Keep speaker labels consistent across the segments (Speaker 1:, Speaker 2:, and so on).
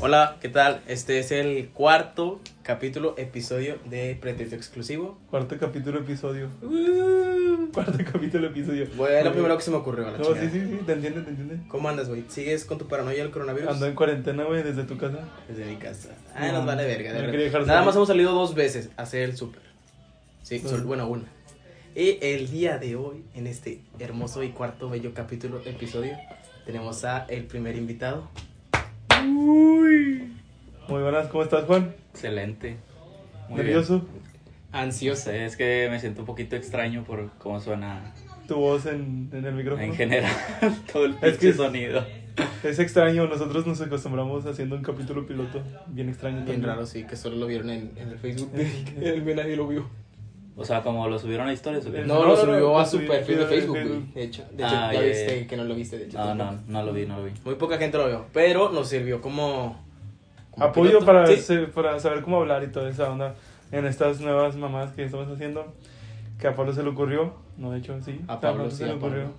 Speaker 1: Hola, ¿qué tal? Este es el cuarto capítulo, episodio de Pretexto Exclusivo.
Speaker 2: Cuarto capítulo, episodio. Cuarto capítulo, episodio.
Speaker 1: Bueno, es lo primero que se me ocurrió. a la
Speaker 2: Uh. No, sí,
Speaker 1: chingada.
Speaker 2: sí, sí, te entiende, te entiende.
Speaker 1: ¿Cómo andas, güey? ¿Sigues con tu paranoia del coronavirus?
Speaker 2: Ando en cuarentena, güey, desde tu casa.
Speaker 1: Desde mi casa. Ah,
Speaker 2: No,
Speaker 1: nos vale verga. de
Speaker 2: no
Speaker 1: verdad.
Speaker 2: quería dejar
Speaker 1: Nada
Speaker 2: salir.
Speaker 1: más hemos salido dos veces a hacer el súper. Sí,
Speaker 2: Sí.
Speaker 1: sol- bueno, una. Y el día de hoy, en este hermoso y cuarto bello capítulo, episodio, tenemos a el primer invitado.
Speaker 2: Uy. Muy buenas, ¿cómo estás, Juan?
Speaker 3: Excelente. Muy
Speaker 2: ¿Nervioso?
Speaker 3: Bien.
Speaker 1: Ansioso.
Speaker 3: Sé, Es que me siento un poquito extraño por cómo suena
Speaker 2: Tu voz en, en el micrófono.
Speaker 3: en general todo el
Speaker 2: Es
Speaker 3: pinche
Speaker 2: que-
Speaker 3: sonido.
Speaker 2: Es extraño, nosotros nos acostumbramos haciendo un capítulo piloto. Bien extraño
Speaker 1: Bien
Speaker 2: también.
Speaker 1: raro, sí, que solo lo vieron en, en el Facebook. El güey nadie lo vio.
Speaker 3: O sea, como lo subieron a historias. ¿o qué?
Speaker 2: No,
Speaker 1: No,
Speaker 2: no,
Speaker 1: lo
Speaker 2: no,
Speaker 1: subió
Speaker 2: no,
Speaker 1: a
Speaker 2: lo
Speaker 1: su
Speaker 2: subí-
Speaker 1: perfil de
Speaker 2: video de
Speaker 1: Facebook, güey.
Speaker 2: Facebook.
Speaker 1: De hecho, de hecho,
Speaker 3: Ah,
Speaker 1: ya
Speaker 3: ya,
Speaker 1: viste
Speaker 3: ya.
Speaker 1: que no lo viste, de hecho.
Speaker 3: No,
Speaker 1: tampoco.
Speaker 3: no, no lo vi, no lo vi.
Speaker 1: Muy poca gente lo vio, pero nos sirvió como... como
Speaker 2: Apoyo
Speaker 1: piloto.
Speaker 2: para,
Speaker 1: Sí.
Speaker 2: se- para saber cómo hablar y toda esa onda en estas nuevas mamás que estamos haciendo. Que a Pablo se le ocurrió. No, de hecho, sí.
Speaker 1: A Pablo, sí,
Speaker 2: se le
Speaker 1: a Pablo.
Speaker 2: ocurrió.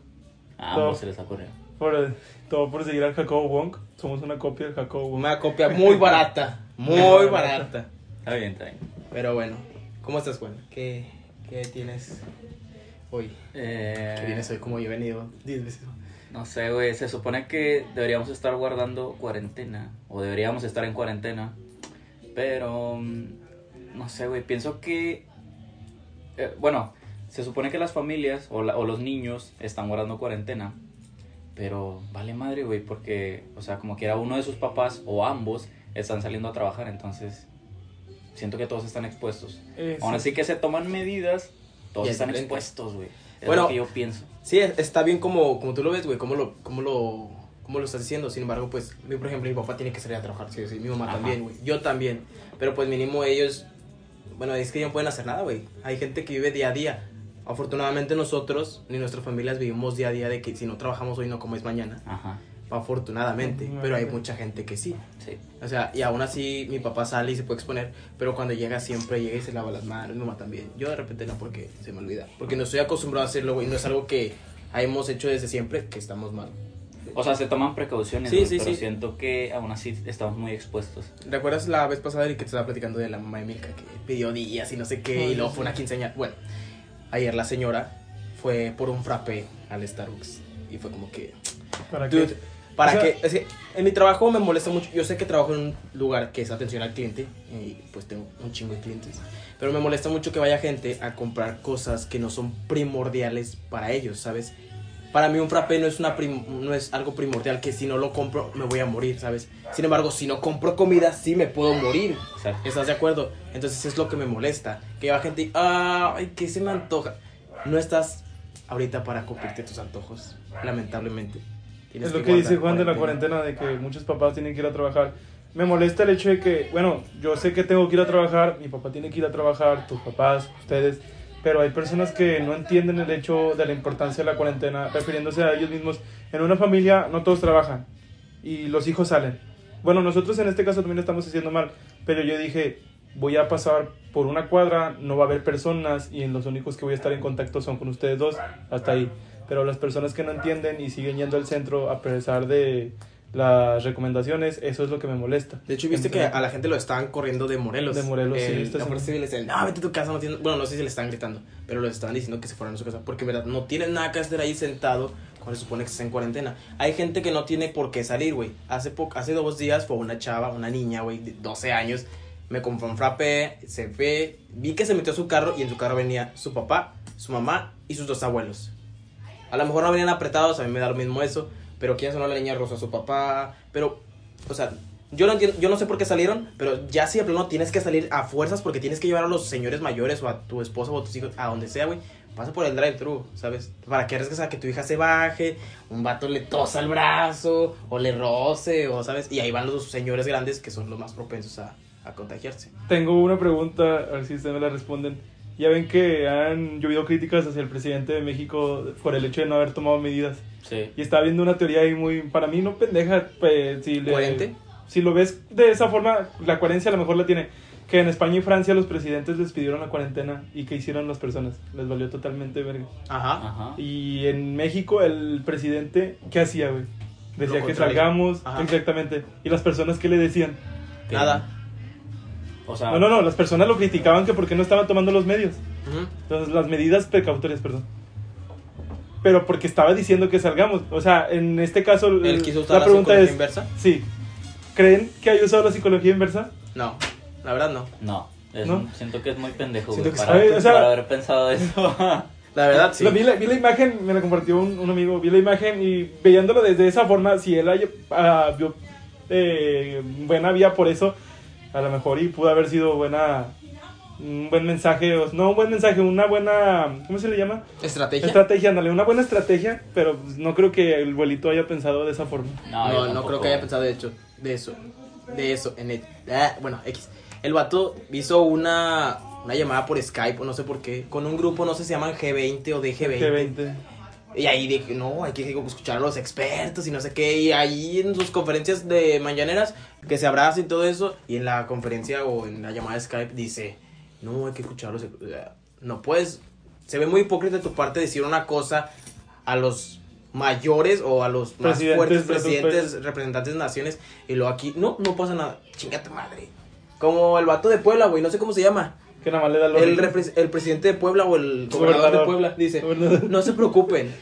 Speaker 3: Ah,
Speaker 2: No.
Speaker 3: pues se les ocurrió.
Speaker 2: Por, eh, todo por seguir al Jacobo Wong. Somos una copia del Jacobo Wong.
Speaker 1: Una copia muy barata, muy barata.
Speaker 3: Está bien, está bien.
Speaker 1: Pero bueno, ¿cómo estás, Juan? ¿Qué, qué tienes hoy?
Speaker 3: Eh,
Speaker 1: ¿Qué tienes hoy? Como yo he venido 10 veces.
Speaker 3: No sé, güey. Se supone que deberíamos estar guardando cuarentena. O deberíamos estar en cuarentena. Pero. mm, No sé, güey. Pienso que. eh, bueno, se supone que las familias o, la- o los niños están guardando cuarentena. Pero vale madre, güey. Porque, o sea, como quiera uno de sus papás o ambos están saliendo a trabajar. Entonces. Siento que todos están expuestos.
Speaker 2: Eh,
Speaker 3: Aún
Speaker 2: sí.
Speaker 3: así que se toman medidas, todos
Speaker 1: Y es
Speaker 3: están
Speaker 1: diferente.
Speaker 3: expuestos, güey. Es
Speaker 1: Bueno,
Speaker 3: lo que yo pienso.
Speaker 1: Sí, es- está bien como, como tú lo ves, güey, como lo, como lo, como lo estás diciendo. Sin embargo, pues, yo, por ejemplo, mi papá tiene que salir a trabajar, sí, o sí, mi mamá
Speaker 3: Ajá.
Speaker 1: también, güey. Yo también. Pero pues mínimo ellos, bueno, es que ellos no pueden hacer nada, güey. Hay gente que vive día a día. Afortunadamente nosotros ni nuestras familias vivimos día a día de que si no trabajamos hoy no comes mañana.
Speaker 3: Ajá,
Speaker 1: Afortunadamente, pero hay mucha gente que sí.
Speaker 3: sí.
Speaker 1: O sea, y aún así mi papá sale y se puede exponer, pero cuando llega siempre llega y se lava las manos, mi mamá también. Yo de repente no porque se me olvida, porque no estoy acostumbrado a hacerlo güey, no es algo que hemos hecho desde siempre que estamos mal.
Speaker 3: O sea, se toman precauciones,
Speaker 1: Sí,
Speaker 3: güey,
Speaker 1: sí,
Speaker 3: pero
Speaker 1: sí.
Speaker 3: siento que aún así estamos muy expuestos.
Speaker 1: ¿Recuerdas la vez pasada Eric, que te estaba platicando de la mamá de Milka que pidió días y no sé qué y
Speaker 2: Ay,
Speaker 1: luego
Speaker 2: sí.
Speaker 1: fue una quinceañera? Bueno, ayer la señora fue por un frappé al Starbucks y fue como que
Speaker 2: ¿Para qué?
Speaker 1: Dude,
Speaker 2: O
Speaker 1: ¿para
Speaker 2: sea-
Speaker 1: qué? Es que en mi trabajo me molesta mucho. Yo sé que trabajo en un lugar que es atención al cliente y pues tengo un chingo de clientes. Pero me molesta mucho que vaya gente a comprar cosas que no son primordiales para ellos, ¿sabes? Para mí un frappé no es, una prim- no es algo primordial que si no lo compro me voy a morir, ¿sabes? Sin embargo, si no compro comida sí me puedo morir.
Speaker 3: O sea,
Speaker 1: ¿Estás de acuerdo? Entonces es lo que me molesta. Que va gente y, ay, que se me antoja. No estás ahorita para cumplirte tus antojos, lamentablemente. Tienes
Speaker 2: Es lo que dice Juan
Speaker 1: guardar
Speaker 2: de la cuarentena, de que muchos papás tienen que ir a trabajar. Me molesta el hecho de que, bueno, yo sé que tengo que ir a trabajar, mi papá tiene que ir a trabajar, tus papás, ustedes, pero hay personas que no entienden el hecho de la importancia de la cuarentena, refiriéndose a ellos mismos. En una familia no todos trabajan y los hijos salen. Bueno, nosotros en este caso también lo estamos haciendo mal, pero yo dije, voy a pasar por una cuadra, no va a haber personas y los únicos que voy a estar en contacto son con ustedes dos, hasta ahí. Pero las personas que no entienden y siguen yendo al centro a pesar de las recomendaciones, eso es lo que me molesta.
Speaker 1: De hecho, viste que a la gente lo estaban corriendo de Morelos.
Speaker 2: De Morelos, sí,
Speaker 1: El-
Speaker 2: esta
Speaker 1: La
Speaker 2: semana.
Speaker 1: fuerza civil le decían, no, vete a tu casa. No tienes-". Bueno, no sé si le están gritando, pero le estaban diciendo que se fueran a su casa. Porque, en verdad, no tienen nada que hacer ahí sentado cuando se supone que está en cuarentena. Hay gente que no tiene por qué salir, güey. Hace, po- hace dos días fue una chava, una niña, güey, de 12 años. Me compró un frappé, se fue. Vi que se metió a su carro y en su carro venía su papá, su mamá y sus dos abuelos. A lo mejor no venían apretados, a mí me da lo mismo eso. Pero quién sonó la niña rosa a su papá. Pero, o sea, yo no, entiendo, yo no sé por qué salieron, pero ya si de plano tienes que salir a fuerzas porque tienes que llevar a los señores mayores o a tu esposa o a tus hijos, a donde sea, güey. Pasa por el drive-thru, ¿sabes? Para que arriesgues a que tu hija se baje, un vato le tosa el brazo o le roce, o, ¿sabes? Y ahí van los señores grandes que son los más propensos a, a contagiarse.
Speaker 2: Tengo una pregunta, a ver si ustedes me la responden. Ya ven que han llovido críticas hacia el presidente de México por el hecho de no haber tomado medidas.
Speaker 3: sí.
Speaker 2: Y estaba viendo una teoría ahí muy, para mí no pendeja, pues, si le-
Speaker 1: ¿Coherente?
Speaker 2: Si lo ves de esa forma, la coherencia a lo mejor la tiene. Que en España y Francia los presidentes les pidieron la cuarentena y ¿qué hicieron las personas? Les valió totalmente verga.
Speaker 3: Ah,
Speaker 1: Ajá.
Speaker 3: Ajá.
Speaker 2: Y en México el presidente, ¿qué hacía, güey? Decía
Speaker 1: Lo
Speaker 2: que
Speaker 1: contrario.
Speaker 2: salgamos,
Speaker 1: Ajá.
Speaker 2: exactamente. ¿Y las personas qué le decían?
Speaker 3: Que-
Speaker 1: Nada.
Speaker 3: O sea,
Speaker 2: No, no, no, las personas lo criticaban que porque no estaban tomando los medios.
Speaker 1: Ujú.
Speaker 2: Entonces, las medidas precautorias, perdón. Pero porque estaba diciendo que salgamos. O sea, en este caso,
Speaker 1: Él
Speaker 2: el-
Speaker 1: quiso usar
Speaker 2: la
Speaker 1: la
Speaker 2: pregunta
Speaker 1: psicología
Speaker 2: es:
Speaker 1: inversa.
Speaker 2: Sí, ¿creen que haya usado la psicología inversa?
Speaker 1: No, la verdad no.
Speaker 3: no. Es-
Speaker 2: ¿No?
Speaker 3: Siento que es muy pendejo,
Speaker 1: Siento
Speaker 3: güey,
Speaker 1: que
Speaker 3: para,
Speaker 2: está- o sea-
Speaker 3: para haber pensado eso.
Speaker 1: La verdad sí.
Speaker 2: Lo- vi, la, vi la imagen, me la compartió un, un amigo. Vi la imagen y veándolo desde esa forma, si él haya, ah, vio eh, buena vía por eso, a lo mejor y pudo haber sido buena. Un buen mensaje, o- no un buen mensaje, una buena. ¿Cómo se le llama?
Speaker 1: Estrategia.
Speaker 2: Estrategia, ándale, una buena estrategia, pero pues, no creo que el abuelito haya pensado de esa forma.
Speaker 3: No, yo
Speaker 1: no, no
Speaker 3: tampoco,
Speaker 1: creo que haya
Speaker 3: güey.
Speaker 1: pensado de hecho de eso. De eso en el ah, bueno, X. El vato hizo una una llamada por Skype, o no sé por qué, con un grupo, no sé si llaman G20 o DG20.
Speaker 2: Que 20.
Speaker 1: Y ahí dije, no, hay que escuchar a los expertos y no sé qué. Y ahí en sus conferencias de mañaneras, que se abraza y todo eso. Y en la conferencia o en la llamada de Skype dice, no, hay que escuchar a los... ex- eh, No puedes... Se ve muy hipócrita de tu parte decir una cosa a los mayores o a los más
Speaker 2: Presidentes
Speaker 1: fuertes
Speaker 2: de tu
Speaker 1: presidentes, representantes de naciones. Y luego aquí, no, no pasa nada. Chingate madre. Como el vato de Puebla, güey, no sé cómo se llama.
Speaker 2: Que nada más le da lo
Speaker 1: El,
Speaker 2: mismo.
Speaker 1: repres- el presidente de Puebla o el gobernador,
Speaker 2: Gobernador.
Speaker 1: de Puebla dice,
Speaker 2: Gobernador.
Speaker 1: no se preocupen,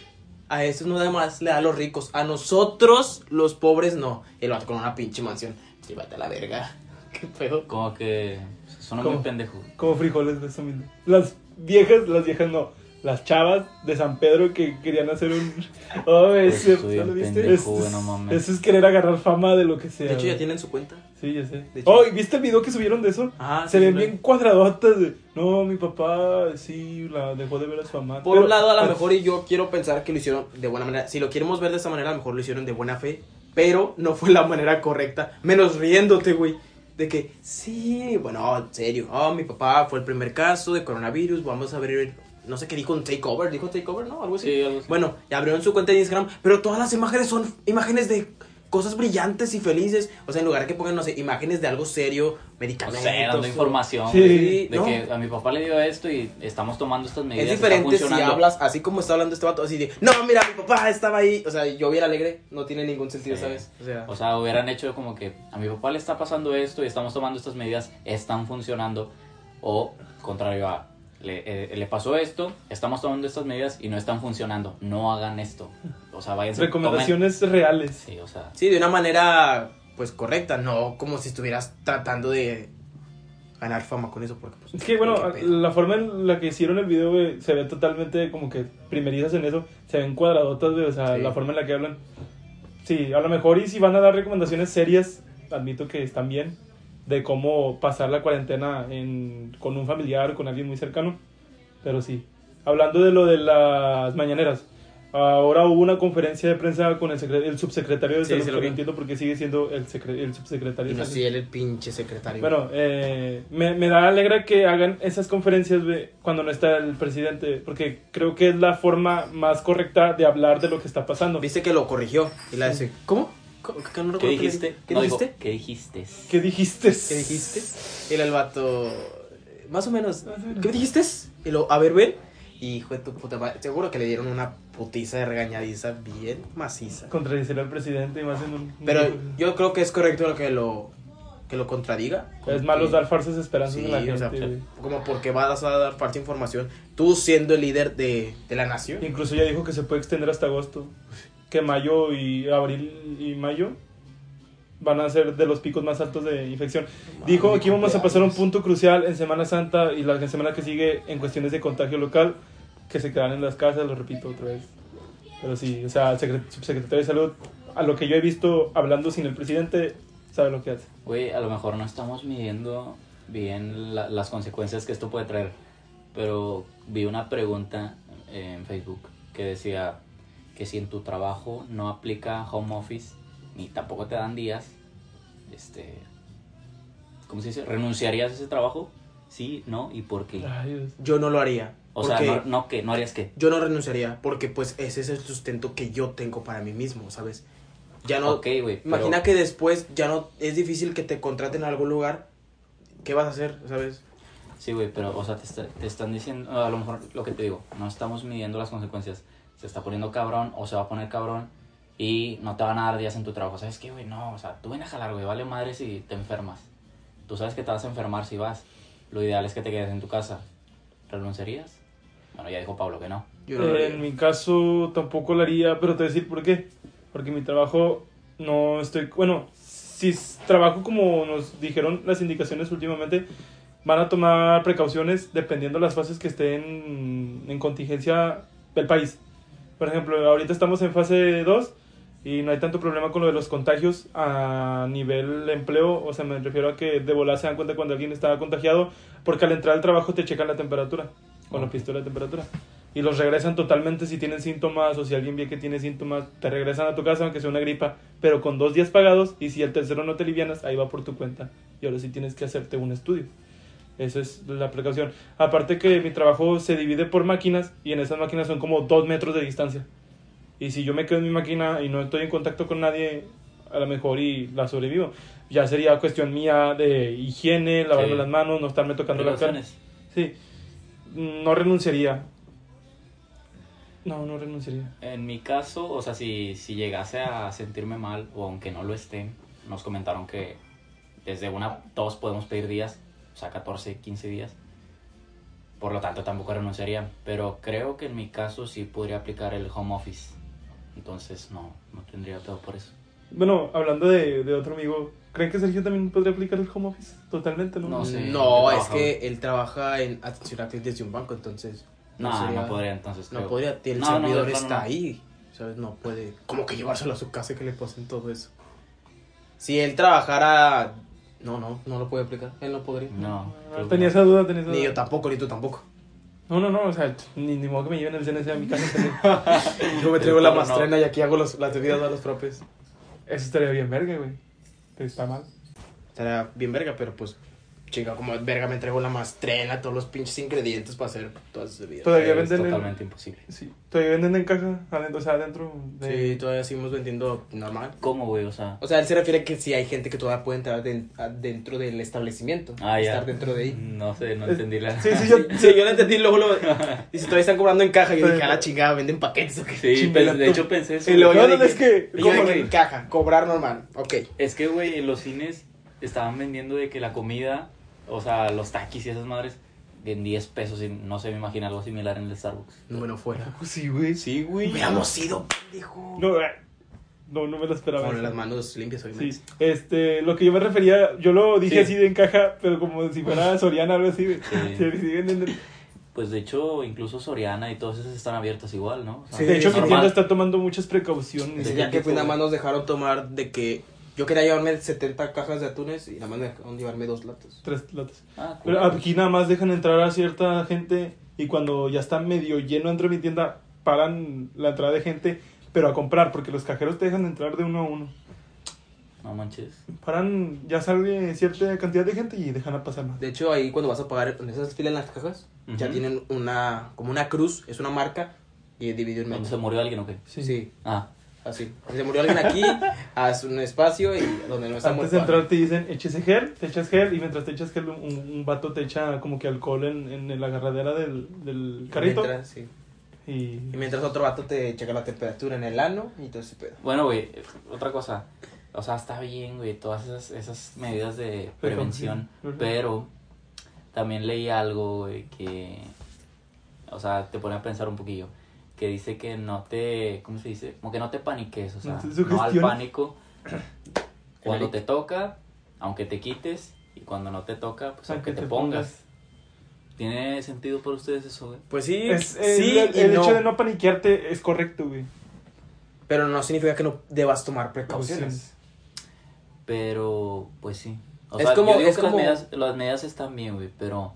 Speaker 1: a esos nada más le da a los ricos, a nosotros los pobres no. Y lo con una pinche mansión, sí, vete a la verga, qué feo.
Speaker 3: Como que suena
Speaker 2: ¿Cómo?
Speaker 3: muy pendejo.
Speaker 2: Como frijoles, güey, eso mismo. Las viejas, las viejas no. Las chavas de San Pedro que querían hacer un. Oh, ese.
Speaker 3: Estoy
Speaker 2: ¿no lo
Speaker 3: bien
Speaker 2: viste?
Speaker 3: Pues, pendejo,
Speaker 2: Es-
Speaker 3: güey, no mames.
Speaker 2: Eso es querer agarrar fama de lo que sea.
Speaker 1: De hecho
Speaker 2: güey.
Speaker 1: ya tienen su cuenta.
Speaker 2: Sí, ya sé.
Speaker 1: De hecho-
Speaker 2: Oh, ¿y viste el video que subieron de eso?
Speaker 1: Ajá,
Speaker 2: Se
Speaker 1: sí,
Speaker 2: ven
Speaker 1: sí,
Speaker 2: bien cuadradotas. de, no, mi papá, sí, la dejó de ver a su mamá.
Speaker 1: Por
Speaker 2: Pero-
Speaker 1: un lado, a lo
Speaker 2: ah,
Speaker 1: mejor y yo quiero pensar que lo hicieron de buena manera. Si lo queremos ver de esa manera, a lo mejor lo hicieron de buena fe, pero no fue la manera correcta. Menos riéndote, güey. De que, sí, bueno, en serio. Oh, mi papá fue el primer caso de coronavirus. Vamos a abrir, no sé qué dijo, un takeover. ¿Dijo takeover? No, algo así.
Speaker 3: Sí, algo así.
Speaker 1: Bueno, ya abrieron su cuenta de Instagram, pero todas las imágenes son imágenes de cosas brillantes y felices. O sea, en lugar de que pongan, no sé, imágenes de algo serio,
Speaker 3: No
Speaker 1: medicamentos.
Speaker 3: sé, dando
Speaker 1: o-
Speaker 3: información.
Speaker 2: Sí.
Speaker 3: güey,
Speaker 1: Sí,
Speaker 3: De
Speaker 1: no.
Speaker 3: que a mi papá le dio esto y estamos tomando estas medidas.
Speaker 1: Es
Speaker 3: está
Speaker 1: diferente si
Speaker 3: funcionando.
Speaker 1: hablas así como está hablando este vato, así de, no, mira, mi papá estaba ahí. O sea, yo bien alegre, no tiene ningún sentido,
Speaker 3: Sí.
Speaker 1: ¿sabes? O sea,
Speaker 3: O sea, hubieran hecho como que a mi papá le está pasando esto y estamos tomando estas medidas, están funcionando. O contrario a, le, eh, le pasó esto, estamos tomando estas medidas y no están funcionando. No hagan esto. O sea, váyanse.
Speaker 2: Recomendaciones reales.
Speaker 3: tomen- Sí, o sea.
Speaker 1: sí, de una manera, pues, correcta, no como si estuvieras tratando de ganar fama con eso, porque, pues,
Speaker 2: Es que, bueno,
Speaker 1: qué pedo.
Speaker 2: la forma en la que hicieron el video, güey, se ve totalmente como que primerizas en eso. Se ven cuadradotas, güey, o sea,
Speaker 1: Sí.
Speaker 2: la forma en la que hablan. Sí, a lo mejor y si van a dar recomendaciones serias, admito que están bien, de cómo pasar la cuarentena en- con un familiar, con alguien muy cercano. Pero sí, hablando de lo de las mañaneras, ahora hubo una conferencia de prensa con el, secre- el subsecretario de
Speaker 1: Sí,
Speaker 2: Salud,
Speaker 1: sí lo
Speaker 2: que
Speaker 1: vi.
Speaker 2: no entiendo por qué sigue siendo el, secre- el subsecretario
Speaker 1: Y
Speaker 2: de
Speaker 1: no
Speaker 2: Salud.
Speaker 1: si él el pinche secretario.
Speaker 2: Bueno, eh, me, me da alegra que hagan esas conferencias güey, cuando no está el presidente, porque creo que es la forma más correcta de hablar de lo que está pasando.
Speaker 1: Viste que lo corrigió y la dice, ¿cómo? ¿Cómo? ¿Qué, no recuerdo
Speaker 3: ¿Qué
Speaker 1: qué le-
Speaker 3: dijiste?
Speaker 1: ¿Qué
Speaker 3: No, digo,
Speaker 1: dijiste?
Speaker 3: ¿Qué dijiste?
Speaker 2: ¿Qué dijiste?
Speaker 1: ¿Qué dijiste? Y era el vato, más o menos,
Speaker 2: Más o menos.
Speaker 1: ¿qué dijiste? Y lo, a ver, ven. Y hijo de tu puta madre, seguro que le dieron una putiza de regañadiza bien maciza.
Speaker 2: Contradecir al presidente y más en un...
Speaker 1: Pero yo creo que es correcto lo que lo, que lo contradiga.
Speaker 2: Es malo
Speaker 1: que-
Speaker 2: dar falsas esperanzas
Speaker 1: eh,
Speaker 2: a
Speaker 1: Sí,
Speaker 2: la gente.
Speaker 1: o sea, pues,
Speaker 2: güey.
Speaker 1: como porque vas a dar falsa información, tú siendo el líder de, de la nación.
Speaker 2: Incluso ya dijo que se puede extender hasta agosto, que mayo y abril y mayo van a ser de los picos más altos de infección. Dijo,
Speaker 1: Madre,
Speaker 2: aquí vamos a pasar a un
Speaker 1: cumpleaños.
Speaker 2: punto crucial en Semana Santa y la semana que sigue en cuestiones de contagio local, que se quedan en las casas, lo repito otra vez. Pero sí, o sea, el secre- subsecretario de Salud, a lo que yo he visto hablando sin el presidente, sabe lo que hace.
Speaker 3: Güey, a lo mejor no estamos midiendo bien la- las consecuencias que esto puede traer. Pero vi una pregunta en Facebook que decía que si en tu trabajo no aplica home office, ni tampoco te dan días, este... ¿Cómo se dice? ¿Renunciarías a ese trabajo? Sí, no, y por qué.
Speaker 2: Ay, Dios.
Speaker 1: Yo no lo haría.
Speaker 3: O sea,
Speaker 1: porque
Speaker 3: no, no, que, no harías qué.
Speaker 1: yo no renunciaría porque pues ese es el sustento que yo tengo para mí mismo, ¿sabes? Ya no...
Speaker 3: ok, güey. pero-
Speaker 1: Imagina que después ya no es difícil que te contraten a algún lugar. ¿Qué vas a hacer? ¿Sabes?
Speaker 3: Sí, güey, pero, o sea, te, está- te están diciendo, a lo mejor lo que te digo, no estamos midiendo las consecuencias. Se está poniendo cabrón o se va a poner cabrón. Y no te van a dar días en tu trabajo. ¿Sabes qué, güey? No, o sea, tú ven a jalar, güey. Vale madre si te enfermas. Tú sabes que te vas a enfermar si vas. Lo ideal es que te quedes en tu casa. ¿Renunciarías? Bueno, ya dijo Pablo que no.
Speaker 1: Yo no lo
Speaker 2: Eh,
Speaker 1: haría.
Speaker 2: en mi caso tampoco lo haría, pero te voy a decir por qué. Porque mi trabajo no estoy. Bueno, si s- trabajo como nos dijeron las indicaciones últimamente, van a tomar precauciones dependiendo las fases que estén en contingencia del país. Por ejemplo, ahorita estamos en fase 2 y no hay tanto problema con lo de los contagios a nivel empleo. O sea, me refiero a que de volar se dan cuenta cuando alguien está contagiado, porque al entrar al trabajo te checan la temperatura con la
Speaker 3: Ok.
Speaker 2: pistola de temperatura. Y los regresan totalmente si tienen síntomas o si alguien ve que tiene síntomas, te regresan a tu casa aunque sea una gripa, pero con dos días pagados y si el tercero no te livianas, ahí va por tu cuenta. Y ahora sí tienes que hacerte un estudio. Esa es la precaución. Aparte que mi trabajo se divide por máquinas y en esas máquinas son como dos metros de distancia. Y si yo me quedo en mi máquina y no estoy en contacto con nadie, a lo mejor y la sobrevivo. Ya sería cuestión mía de higiene, lavarme
Speaker 3: Sí.
Speaker 2: las manos, no estarme tocando la cara.
Speaker 3: Precauciones.
Speaker 2: Sí. No renunciaría. No, no renunciaría.
Speaker 3: En mi caso, o sea, si, si llegase a sentirme mal, o aunque no lo esté, nos comentaron que desde una, todos podemos pedir días, o sea, 14, 15 días. Por lo tanto, tampoco renunciaría. Pero creo que en mi caso sí podría aplicar el home office. Entonces, no, no tendría todo por eso.
Speaker 2: Bueno, hablando de, de otro amigo, ¿creen que Sergio también podría aplicar el home office? Totalmente, ¿no?
Speaker 3: No sé.
Speaker 1: No,
Speaker 3: Yo
Speaker 1: es
Speaker 3: trabajo.
Speaker 1: que él trabaja en atención a clientes de un banco, entonces.
Speaker 3: No,
Speaker 1: sería-
Speaker 3: no podría entonces.
Speaker 1: No
Speaker 3: creo.
Speaker 1: podría, el
Speaker 3: No, no, de
Speaker 1: servidor
Speaker 3: plano
Speaker 1: está
Speaker 3: no.
Speaker 1: ahí. ¿Sabes? No puede. ¿Cómo que llevárselo a su casa y que le pasen todo eso? Si él trabajara. No, no, no lo puede aplicar. Él no podría.
Speaker 3: No. creo
Speaker 2: Ah,
Speaker 3: que
Speaker 2: Tenía
Speaker 3: no.
Speaker 2: esa duda, tenía
Speaker 3: Mm.
Speaker 2: esa
Speaker 1: Ni yo
Speaker 2: duda.
Speaker 1: tampoco, ni tú tampoco.
Speaker 2: No, no, no, o sea, ni, ni modo que me lleven el CNC a mi casa.
Speaker 1: Yo me
Speaker 3: El
Speaker 1: traigo la
Speaker 3: perro no.
Speaker 1: mastrena y aquí hago los, las bebidas a los propios.
Speaker 2: Eso estaría bien verga, güey. Pero está mal.
Speaker 1: Estaría bien verga, pero pues. Chinga, como verga me traigo la mastrena, todos los pinches ingredientes para hacer todas esas bebidas.
Speaker 2: Todavía
Speaker 3: Es
Speaker 2: venden en,
Speaker 3: totalmente imposible.
Speaker 2: sí, todavía venden en caja, adentro, o sea, adentro de...
Speaker 1: Sí, todavía seguimos vendiendo normal.
Speaker 3: ¿Cómo, güey? O sea,
Speaker 1: O sea, él se refiere que si hay gente que todavía puede entrar den- a- dentro del establecimiento.
Speaker 3: Ah, ya.
Speaker 1: Estar dentro de ahí.
Speaker 3: no sé, no
Speaker 2: Es-
Speaker 3: entendí la.
Speaker 2: Sí, sí, yo...
Speaker 1: Sí, yo lo entendí, luego lo... Y si todavía están cobrando en caja, yo
Speaker 2: Sí.
Speaker 1: dije, a la chingada, venden paquetes o qué.
Speaker 3: Sí,
Speaker 2: Chingala
Speaker 3: pero de
Speaker 2: tú.
Speaker 3: hecho pensé eso.
Speaker 1: Y
Speaker 3: güey.
Speaker 1: luego yo
Speaker 2: No, no,
Speaker 1: dije,
Speaker 2: es que-
Speaker 1: y yo
Speaker 2: ¿cómo
Speaker 1: dije,
Speaker 2: no?
Speaker 1: caja, cobrar normal, ok.
Speaker 3: Es que, güey, en los cines estaban vendiendo de que la comida, o sea, los taquis y esas madres, en 10 pesos. Y no sé, me imagino algo similar en el Starbucks.
Speaker 1: Número fuera.
Speaker 2: Sí, güey.
Speaker 3: Sí, güey.
Speaker 1: Hubiéramos ido, pendejo.
Speaker 2: No, eh, no, no me lo esperaba.
Speaker 1: Con las manos limpias, obviamente.
Speaker 2: Sí, este, lo que yo me refería, yo lo dije
Speaker 3: Sí.
Speaker 2: así de encaja, pero como si fuera Soriana o algo así. güey.
Speaker 3: Sí.
Speaker 2: Sí, sí, en- en-
Speaker 3: Pues de hecho, incluso Soriana y todas esas están abiertas igual, ¿no? O sea,
Speaker 1: Sí,
Speaker 2: De hecho, mi
Speaker 1: normal.
Speaker 2: tienda está tomando muchas precauciones.
Speaker 1: Desde ya que fui, nada más nos dejaron tomar de que... Yo quería llevarme 70 cajas de atunes y nada más me dejaron llevarme dos latas.
Speaker 2: Tres latas.
Speaker 3: Ah, cool.
Speaker 2: Pero pues, aquí nada más dejan entrar a cierta gente y cuando ya está medio lleno dentro de mi tienda, paran la entrada de gente, pero a comprar, porque los cajeros te dejan entrar de uno a uno.
Speaker 3: No manches.
Speaker 2: Paran, ya sale cierta cantidad de gente y dejan a pasar más.
Speaker 1: De hecho, ahí cuando vas a pagar en esas filas en las cajas, ya
Speaker 3: Ujú.
Speaker 1: tienen una, como una cruz, es una marca, y dividido en
Speaker 3: ¿Cuándo
Speaker 1: medio.
Speaker 3: se murió alguien o qué?
Speaker 1: Sí.
Speaker 3: Ah,
Speaker 1: así. Si se murió alguien aquí, haz un espacio y donde no está
Speaker 2: Antes
Speaker 1: muerto
Speaker 2: de entrar
Speaker 1: alguien.
Speaker 2: te dicen, échese gel, te echas gel y mientras te echas gel un, un vato te echa como que alcohol en, en la agarradera del, del carrito.
Speaker 1: Mientras, sí.
Speaker 2: Y...
Speaker 1: Y mientras otro vato te checa la temperatura en el ano y todo ese pedo.
Speaker 3: bueno, güey, otra cosa. O sea, está bien, güey, todas esas, esas medidas de prevención.
Speaker 2: Ujú.
Speaker 3: Pero también leí algo, güey, que. O sea, te pone a pensar un poquillo. Que dice que no te. ¿Cómo se dice? Como que no te paniques, o sea,
Speaker 2: No te
Speaker 3: no al
Speaker 2: sugestiones.
Speaker 3: pánico. Cuando te toca, aunque te quites. Y cuando no te toca, pues aunque, te, pongas. ¿Tiene sentido para ustedes eso, güey?
Speaker 1: Pues sí,
Speaker 2: Es, el-
Speaker 1: sí
Speaker 2: el,
Speaker 1: y
Speaker 2: el
Speaker 1: no.
Speaker 2: hecho de no paniquearte es correcto, güey.
Speaker 1: Pero no significa que no debas tomar precauciones.
Speaker 2: Precauciones.
Speaker 3: Pero, pues sí. O
Speaker 1: Es
Speaker 3: sea,
Speaker 1: como-
Speaker 3: yo digo
Speaker 1: es
Speaker 3: que
Speaker 1: como-
Speaker 3: las, medidas, las medidas están bien, güey, pero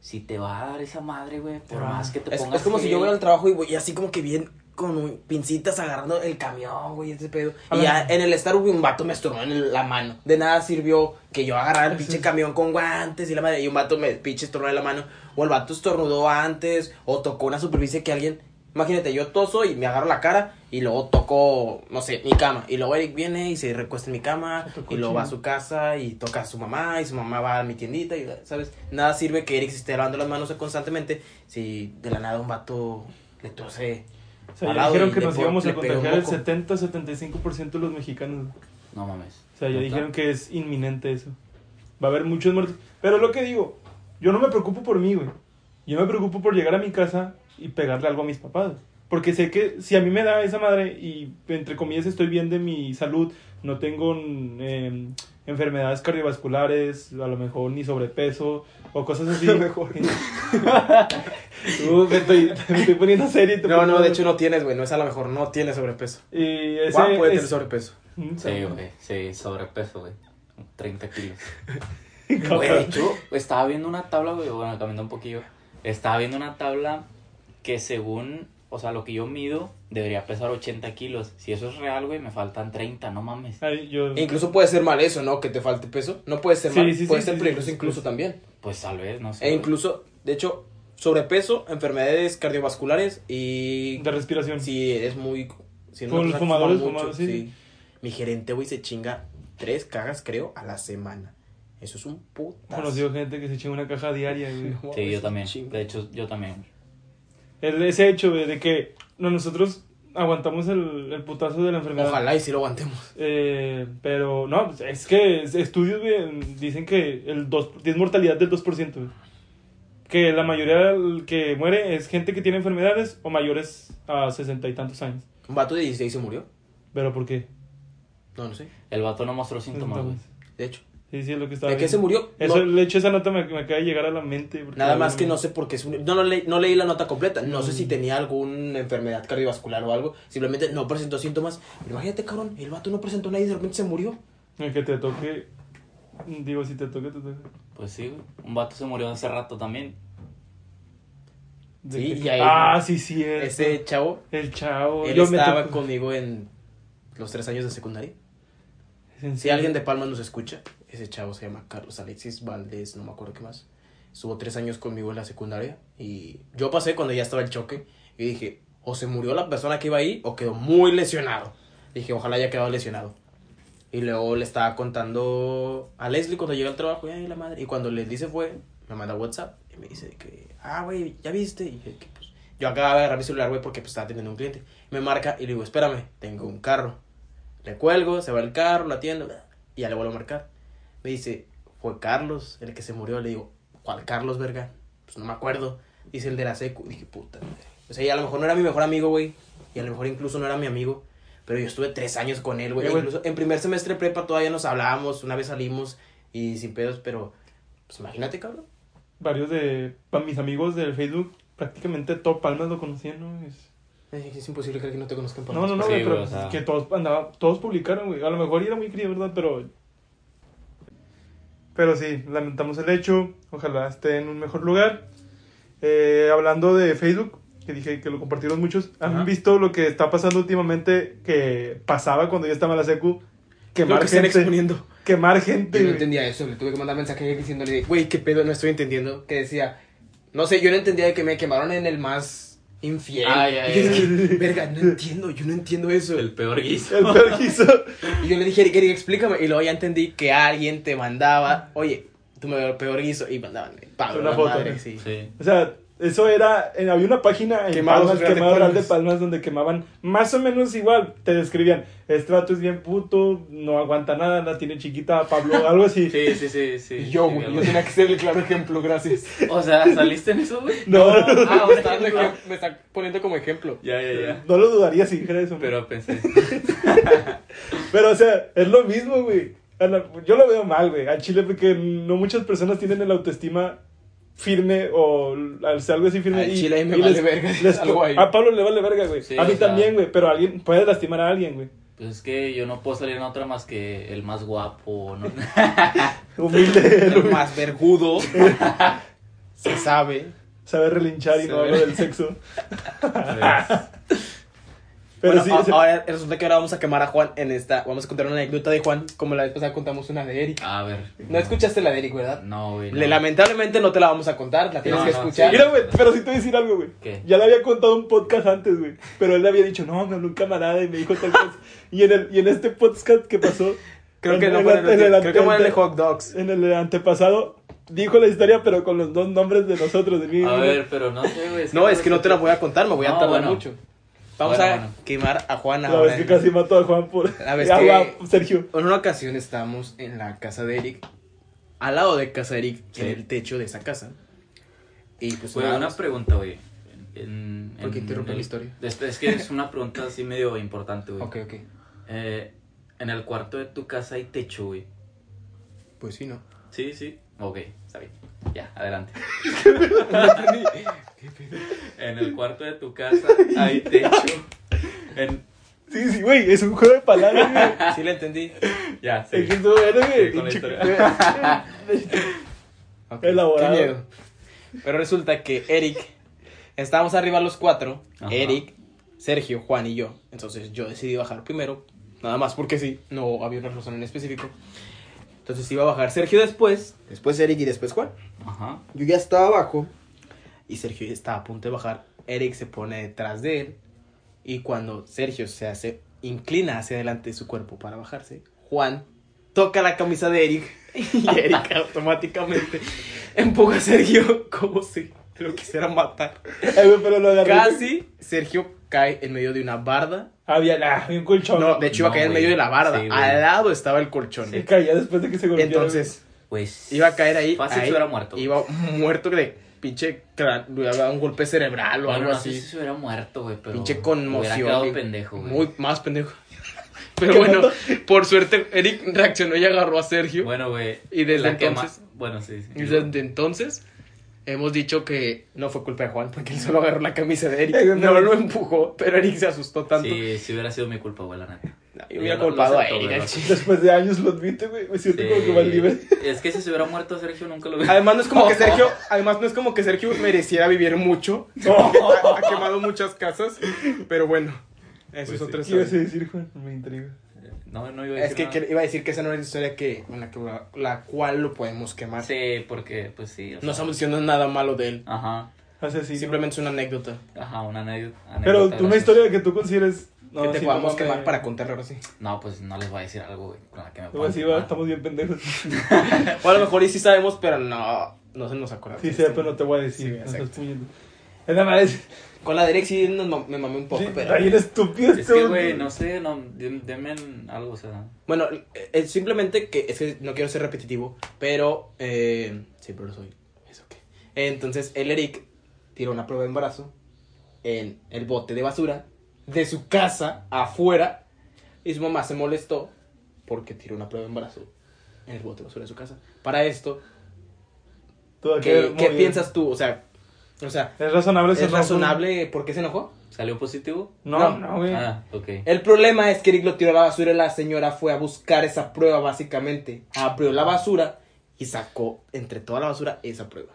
Speaker 3: si te va a dar esa madre, güey, por
Speaker 2: va.
Speaker 3: más que te
Speaker 1: Es,
Speaker 3: pongas.
Speaker 1: es como si yo
Speaker 3: gel,
Speaker 1: voy al trabajo y voy así como que bien con un- pincitas agarrando el camión, güey, ese pedo.
Speaker 2: A
Speaker 1: y
Speaker 2: ver.
Speaker 1: ya en el Starbucks un vato me estornó en el- la mano. De nada sirvió que yo agarrara el
Speaker 2: Eso
Speaker 1: pinche
Speaker 2: es.
Speaker 1: camión con guantes y la madre. Y un vato me pinche estornó en la mano. O el vato estornudó antes. O tocó una superficie que alguien. Imagínate, yo toso y me agarro la cara. Y luego toco, no sé, mi cama. Y luego Eric viene y se recuesta en mi cama.
Speaker 2: Se tocó
Speaker 1: Y
Speaker 2: el
Speaker 1: luego va a
Speaker 2: chino.
Speaker 1: su casa y toca a su mamá. Y su mamá va a mi tiendita. Y, ¿sabes? Nada sirve que Eric se esté lavando las manos constantemente. Si de la nada un vato le tose
Speaker 2: O sea,
Speaker 1: Al
Speaker 2: ya
Speaker 1: lado
Speaker 2: dijeron
Speaker 1: del-
Speaker 2: que
Speaker 1: del
Speaker 2: nos
Speaker 1: porco,
Speaker 2: íbamos a
Speaker 1: le pegó un
Speaker 2: contagiar el
Speaker 1: moco.
Speaker 2: 70-75% de los mexicanos.
Speaker 3: No mames.
Speaker 2: O sea, ya
Speaker 3: ¿Neta?
Speaker 2: dijeron que es inminente eso. Va a haber muchos muertos. Pero es lo que digo, yo no me preocupo por mí, güey. Yo me preocupo por llegar a mi casa y pegarle algo a mis papás. Porque sé que si a mí me da esa madre y entre comillas estoy bien de mi salud, no tengo mm, eh, enfermedades cardiovasculares, a lo mejor ni sobrepeso o cosas así.
Speaker 1: A lo mejor.
Speaker 2: Uh, me, estoy, me estoy poniendo serio. y te
Speaker 1: No,
Speaker 2: pongo-
Speaker 1: no, de hecho no tienes, güey. No es a lo mejor, no tienes sobrepeso.
Speaker 2: Y ese,
Speaker 1: Juan puede tener
Speaker 2: es-
Speaker 1: sobrepeso.
Speaker 2: Mm,
Speaker 3: Sí, güey. Sí, sobrepeso, güey. 30 kilos.
Speaker 2: capaz.
Speaker 3: Güey, de hecho, estaba viendo una tabla, güey, bueno, cambiando un poquillo. Estaba viendo una tabla que según, o sea, lo que yo mido, debería pesar 80 kilos. Si eso es real, güey, me faltan 30, no mames.
Speaker 2: Ay, yo-
Speaker 1: E incluso puede ser mal eso, ¿no? Que te falte peso. No puede ser
Speaker 2: Sí,
Speaker 1: mal.
Speaker 2: sí,
Speaker 1: puede
Speaker 2: sí,
Speaker 1: ser
Speaker 2: sí,
Speaker 1: peligroso
Speaker 2: sí, sí.
Speaker 1: incluso también.
Speaker 3: Pues tal vez, no sé.
Speaker 1: E
Speaker 3: güey.
Speaker 1: incluso, de hecho, sobrepeso, enfermedades cardiovasculares y
Speaker 2: de respiración.
Speaker 1: si eres muy... Si eres
Speaker 2: Como
Speaker 1: una
Speaker 2: los
Speaker 1: persona que
Speaker 2: fumadores,
Speaker 1: fuma mucho,
Speaker 2: fumadores, sí,
Speaker 1: Mi gerente, güey, se chinga tres cajas, creo, a la semana. Eso es un putazo.
Speaker 2: Conoció gente que se echó una caja diaria, güey.
Speaker 1: No,
Speaker 3: Sí,
Speaker 1: es
Speaker 3: yo
Speaker 1: un
Speaker 3: también.
Speaker 1: chingo.
Speaker 3: De hecho, yo también.
Speaker 2: El, ese hecho, güey, de que no, nosotros aguantamos el, el putazo de la enfermedad.
Speaker 1: Ojalá y si lo aguantemos.
Speaker 2: Eh, pero no, pues, es que es- estudios güey, dicen que el 2, tienes mortalidad del 2%. güey. Que la mayoría del que muere es gente que tiene enfermedades o mayores a sesenta y tantos años.
Speaker 1: Un vato de 16 se murió.
Speaker 2: Pero ¿por qué?
Speaker 1: No, no sé.
Speaker 3: El vato no mostró síntomas, güey.
Speaker 1: De hecho.
Speaker 2: Sí, sí, es lo que estaba.
Speaker 1: ¿De qué se
Speaker 2: viendo.
Speaker 1: murió?
Speaker 2: Eso,
Speaker 1: No-
Speaker 2: el hecho, esa nota me, me acaba de llegar a la mente. porque-
Speaker 1: Nada más que no sé por qué. se unió. No, no, leí, no leí la nota completa. No
Speaker 2: Mm.
Speaker 1: sé si tenía alguna enfermedad cardiovascular o algo. Simplemente no presentó síntomas. Pero imagínate, cabrón. El vato no presentó nada y de repente se murió.
Speaker 2: El que te toque. Digo, si te toque, te toque.
Speaker 3: Pues sí, güey. Un vato se murió hace rato también.
Speaker 2: De
Speaker 1: Sí,
Speaker 2: que-
Speaker 1: y ahí-
Speaker 2: ah, sí, sí. es-
Speaker 1: Ese chavo,
Speaker 2: El chavo.
Speaker 1: él
Speaker 2: yo me
Speaker 1: estaba
Speaker 2: tocó-
Speaker 1: conmigo en los tres años de secundaria.
Speaker 2: ¿Es en
Speaker 1: Si
Speaker 2: serio?
Speaker 1: alguien de Palma nos escucha, ese chavo se llama Carlos Alexis Valdés, no me acuerdo qué más. Estuvo tres años conmigo en la secundaria y yo pasé cuando ya estaba el choque y dije, o se murió la persona que iba ahí o quedó muy lesionado. Dije, ojalá haya quedado lesionado. Y luego le estaba contando a Leslie cuando llega al trabajo, ay, la madre. Y cuando Leslie se fue, me manda WhatsApp y me dice que, ah, güey, ya viste. Y dije que, pues, yo acababa de agarrar mi celular, güey, porque pues, estaba atendiendo a un cliente. Me marca y le digo, espérame, tengo un carro. Le cuelgo, se va el carro, lo atiendo y ya le vuelvo a marcar. Me dice, fue Carlos el que se murió. Le digo, ¿cuál Carlos, verga? Pues no me acuerdo. Dice el de la secu. Dije, puta madre. O sea, y a lo mejor no era mi mejor amigo, güey. Y a lo mejor incluso no era mi amigo. Pero yo estuve tres años con él, güey.
Speaker 2: Eh, güey.
Speaker 1: Incluso en primer semestre de prepa todavía nos hablábamos, una vez salimos y sin pedos, pero pues imagínate, cabrón.
Speaker 2: Varios de. Para mis amigos del Facebook, prácticamente todo Palmas lo conocían, ¿no? Es-
Speaker 1: Es, es imposible que alguien no te conozca en
Speaker 2: No, no, no,
Speaker 3: Sí,
Speaker 2: güey, pero
Speaker 3: güey, o sea.
Speaker 2: que todos andaba, todos publicaron, güey. A lo mejor era muy cría, ¿verdad? Pero. Pero sí, lamentamos el hecho. Ojalá esté en un mejor lugar. Eh, hablando de Facebook, que dije que lo compartieron muchos, ¿han
Speaker 1: Ajá.
Speaker 2: visto lo que está pasando últimamente? Que pasaba cuando yo estaba en la secu.
Speaker 1: Lo
Speaker 2: Quemar
Speaker 1: que están
Speaker 2: gente.
Speaker 1: exponiendo.
Speaker 2: Quemar
Speaker 1: Yo
Speaker 2: gente.
Speaker 1: no
Speaker 2: güey.
Speaker 1: entendía eso, le tuve que mandar mensaje diciéndole, güey, qué pedo, no estoy entendiendo. Que decía, no sé, yo no entendía de que me quemaron en el más infiel.
Speaker 3: Ay, ay,
Speaker 1: y yo
Speaker 3: ay.
Speaker 1: dije, verga, no entiendo, yo no entiendo eso.
Speaker 3: peor guiso.
Speaker 2: El perquizo.
Speaker 1: Y yo le dije, Eric, Eric, explícame. Y luego ya entendí que alguien te mandaba, oye, tú me ves peor guiso. Y mandaban, eh, Pablo,
Speaker 2: Una
Speaker 1: la
Speaker 2: foto,
Speaker 1: madre,
Speaker 2: ¿no?
Speaker 1: sí.
Speaker 3: Sí.
Speaker 2: O sea, eso era, en- había una página en
Speaker 1: Quemados
Speaker 2: Palmas,
Speaker 1: Real de
Speaker 2: Quemados Real de
Speaker 1: Palmas.
Speaker 2: Palmas, donde quemaban más o menos igual, te describían, este vato es bien puto, no aguanta nada, la tiene chiquita, Pablo, algo así.
Speaker 3: Sí, sí, sí, sí.
Speaker 1: Y yo,
Speaker 3: Sí,
Speaker 1: güey, yo
Speaker 3: güey.
Speaker 1: tenía que ser el claro ejemplo, gracias.
Speaker 3: O sea, ¿saliste en eso, güey?
Speaker 2: No,
Speaker 3: Ah, o
Speaker 1: Me
Speaker 3: sea,
Speaker 1: está,
Speaker 3: no.
Speaker 1: dando ejem- me está poniendo como ejemplo.
Speaker 3: Ya, ya, ya.
Speaker 2: no lo dudaría si dijera eso. Pero,
Speaker 3: Pero pensé.
Speaker 2: pero o sea, es lo mismo, güey. A la- Yo lo veo mal, güey, a Chile, porque no muchas personas tienen el autoestima firme o al- o sea, algo así firme.
Speaker 1: Al Chile ahí me vale verga, algo ahí.
Speaker 2: A Pablo le vale verga, güey.
Speaker 3: Sí,
Speaker 2: a mí
Speaker 3: o sea.
Speaker 2: también, güey, pero alguien puede lastimar a alguien, güey.
Speaker 3: Pues es que yo no puedo salir en otra más que el más guapo, ¿no?
Speaker 2: Humilde,
Speaker 1: El más vergudo. se sabe.
Speaker 2: saber relinchar y
Speaker 1: Se
Speaker 2: no
Speaker 1: ve.
Speaker 2: hablo del sexo. Pero
Speaker 1: Bueno, ah,
Speaker 2: sí,
Speaker 1: a-
Speaker 2: o sea,
Speaker 1: ahora resulta que ahora vamos a quemar a Juan en esta. Vamos a contar una anécdota de Juan, como la vez pasada contamos una de Eric.
Speaker 3: A ver.
Speaker 1: No escuchaste la de Eric, ¿verdad?
Speaker 3: No, güey. no.
Speaker 1: Le- lamentablemente no te la vamos a contar, la tienes
Speaker 3: No,
Speaker 1: que
Speaker 3: no,
Speaker 1: escuchar.
Speaker 3: sí.
Speaker 2: mira, güey, pero sí te voy a decir algo, güey.
Speaker 3: ¿Qué?
Speaker 2: Ya le había contado un podcast antes, güey. Pero él le había dicho, no, me habló un camarada y me dijo tal cosa. y, en el, y en este podcast que pasó.
Speaker 1: Creo
Speaker 2: en
Speaker 1: que no
Speaker 2: el
Speaker 1: ponen,
Speaker 2: ante- en el
Speaker 1: creo que
Speaker 2: ante-
Speaker 1: ponen hot dogs.
Speaker 2: En el antepasado dijo la historia, pero con los dos nombres de nosotros. De mí,
Speaker 3: A ver, pero no sé, güey.
Speaker 1: No, es que no te la voy a contar, me voy a
Speaker 3: No,
Speaker 1: tardar
Speaker 3: bueno.
Speaker 1: mucho. Vamos
Speaker 3: Bueno,
Speaker 1: a
Speaker 3: bueno.
Speaker 1: quemar a Juan
Speaker 2: La
Speaker 1: ahora.
Speaker 2: vez que casi mató a Juan por.
Speaker 1: La vez
Speaker 2: Ya,
Speaker 1: que-
Speaker 2: va, Sergio.
Speaker 1: En una ocasión estábamos en la casa de Eric, al lado de casa de Eric, en
Speaker 3: Sí.
Speaker 1: el techo de esa casa. Y pues
Speaker 3: Güey, una
Speaker 1: nada,
Speaker 3: pregunta, güey. En- en-
Speaker 1: ¿Por qué
Speaker 3: en
Speaker 1: interrumpe
Speaker 3: el-
Speaker 1: la historia?
Speaker 3: Es, es que es una pregunta así medio importante, güey.
Speaker 1: Ok, ok.
Speaker 3: Eh, en el cuarto de tu casa hay techo, güey.
Speaker 1: Pues sí, ¿no?
Speaker 3: Sí, sí. Ok, está bien. Ya, adelante. en el cuarto de tu casa hay techo. En-
Speaker 2: Sí, sí, güey, es un juego de palabras, güey.
Speaker 1: Sí le entendí.
Speaker 3: Ya, sí.
Speaker 2: Es que tú eres, güey.
Speaker 3: Sí, con la
Speaker 2: pinche-
Speaker 3: historia.
Speaker 1: Ok,
Speaker 2: Elaborado.
Speaker 1: qué miedo. Pero resulta que Eric, estábamos arriba los cuatro,
Speaker 3: Ajá.
Speaker 1: Eric, Sergio, Juan y yo. Entonces yo decidí bajar primero, nada más porque sí, no había una razón en específico. Entonces iba a bajar Sergio después, después Eric y después Juan.
Speaker 3: Ajá.
Speaker 1: Yo ya estaba abajo y Sergio ya estaba a punto de bajar. Eric se pone detrás de él y cuando Sergio se hace, inclina hacia adelante su cuerpo para bajarse, Juan toca la camisa de Eric y Eric automáticamente empuja a Sergio como si lo quisiera matar.
Speaker 2: Ay, güey, pero lo agarré.
Speaker 1: Casi Sergio cae en medio de una barda.
Speaker 2: Había la, un colchón.
Speaker 1: No, de hecho iba a
Speaker 3: No,
Speaker 1: caer en
Speaker 3: güey.
Speaker 1: medio de la barda.
Speaker 3: Sí, güey.
Speaker 1: Al lado estaba el colchón.
Speaker 2: Y caía después de que se golpeó.
Speaker 1: Entonces,
Speaker 3: Pues.
Speaker 1: Iba a caer ahí.
Speaker 3: Fácil
Speaker 1: ahí,
Speaker 3: se hubiera muerto. güey.
Speaker 1: Iba muerto de pinche. cra- le había dado un golpe cerebral o
Speaker 3: Bueno,
Speaker 1: algo
Speaker 3: no sé
Speaker 1: así.
Speaker 3: si se hubiera muerto, güey, pero.
Speaker 1: pinche
Speaker 3: Hubiera
Speaker 1: conmoción.
Speaker 3: quedado
Speaker 1: y-
Speaker 3: pendejo, güey.
Speaker 1: Muy más pendejo. Pero bueno, por suerte, Eric reaccionó y agarró a Sergio.
Speaker 3: Bueno, güey.
Speaker 1: Y desde
Speaker 3: la quema-
Speaker 1: entonces-
Speaker 3: Bueno, sí. sí.
Speaker 1: y desde entonces. Hemos dicho que no fue culpa de Juan porque él solo agarró la camisa de Eric.
Speaker 2: Eh, güey,
Speaker 1: No
Speaker 2: pero-
Speaker 1: lo empujó, pero Eric se asustó tanto.
Speaker 3: Sí, si hubiera sido mi culpa, güey, la neta.
Speaker 1: No, yo hubiera
Speaker 3: Lo- lo
Speaker 1: culpado a
Speaker 3: acepto,
Speaker 1: Eric.
Speaker 3: güey,
Speaker 1: al
Speaker 3: lo
Speaker 1: chile.
Speaker 2: Después de años lo admite, güey. Me siento como que va libre.
Speaker 3: Sí. Es que si se hubiera muerto Sergio nunca lo hubiera.
Speaker 1: Además no es como que Sergio, además no es como que Sergio mereciera vivir mucho. Ha, ha quemado muchas casas, pero bueno, eso
Speaker 3: Pues
Speaker 1: es otra
Speaker 2: ¿Qué ibas a
Speaker 1: historia.
Speaker 2: decir, Juan? Me intriga.
Speaker 3: No, no iba a
Speaker 1: Es
Speaker 3: decir.
Speaker 1: que,
Speaker 3: nada.
Speaker 1: que iba a decir que esa no era la historia que con la, que, la cual lo podemos quemar.
Speaker 3: Sí, porque, pues sí. o
Speaker 1: No
Speaker 3: sea,
Speaker 1: estamos diciendo nada malo de él.
Speaker 3: Ajá.
Speaker 2: Asesino.
Speaker 1: Simplemente es una anécdota
Speaker 3: Ajá, una anécdota.
Speaker 2: Pero
Speaker 3: anécdota
Speaker 2: tú una
Speaker 3: graciosa.
Speaker 2: historia que tú consideres.
Speaker 1: que te
Speaker 2: sí,
Speaker 1: podamos
Speaker 2: no,
Speaker 1: quemar
Speaker 2: me-
Speaker 1: para contarlo ahora sí.
Speaker 3: No, pues no les voy a decir algo, güey, con la que me
Speaker 2: Te voy a
Speaker 3: puedan
Speaker 2: decir, Pues va,
Speaker 3: quemar.
Speaker 2: estamos bien pendejos.
Speaker 1: O a lo mejor y sí sabemos, pero no, no se nos acuerda.
Speaker 2: Sí, sé, pero no te voy a decir.
Speaker 1: Sí,
Speaker 2: no
Speaker 1: exacto.
Speaker 2: estás puñendo. Es nada más. es-
Speaker 1: Con la de Eric sí nos ma- me mamé un poco,
Speaker 2: sí,
Speaker 1: pero...
Speaker 2: Ahí eres estúpido
Speaker 3: Es
Speaker 2: este
Speaker 3: que,
Speaker 2: hombre.
Speaker 3: güey, no sé, no, dem- denme algo, o sea.
Speaker 1: Bueno, eh, eh, simplemente que es que no quiero ser repetitivo, pero eh, siempre lo soy. Es ok. Entonces, el Eric tiró una prueba de embarazo en el bote de basura de su casa afuera y su mamá se molestó porque tiró una prueba de embarazo en el bote de basura de su casa. Para esto,
Speaker 2: Tú, aquí
Speaker 1: ¿qué,
Speaker 2: eres
Speaker 1: qué
Speaker 2: muy Pues
Speaker 1: piensas tú? O sea, o sea,
Speaker 2: bien. ¿Es razonable ese
Speaker 1: ¿es
Speaker 2: rojo?
Speaker 1: razonable por qué se enojó?
Speaker 3: ¿Salió positivo?
Speaker 1: No.
Speaker 2: No, no, güey.
Speaker 3: Ah, ok.
Speaker 1: El problema es que Eric lo tiró a la basura y la señora fue a buscar esa prueba, básicamente. Abrió la basura y sacó entre toda la basura esa prueba.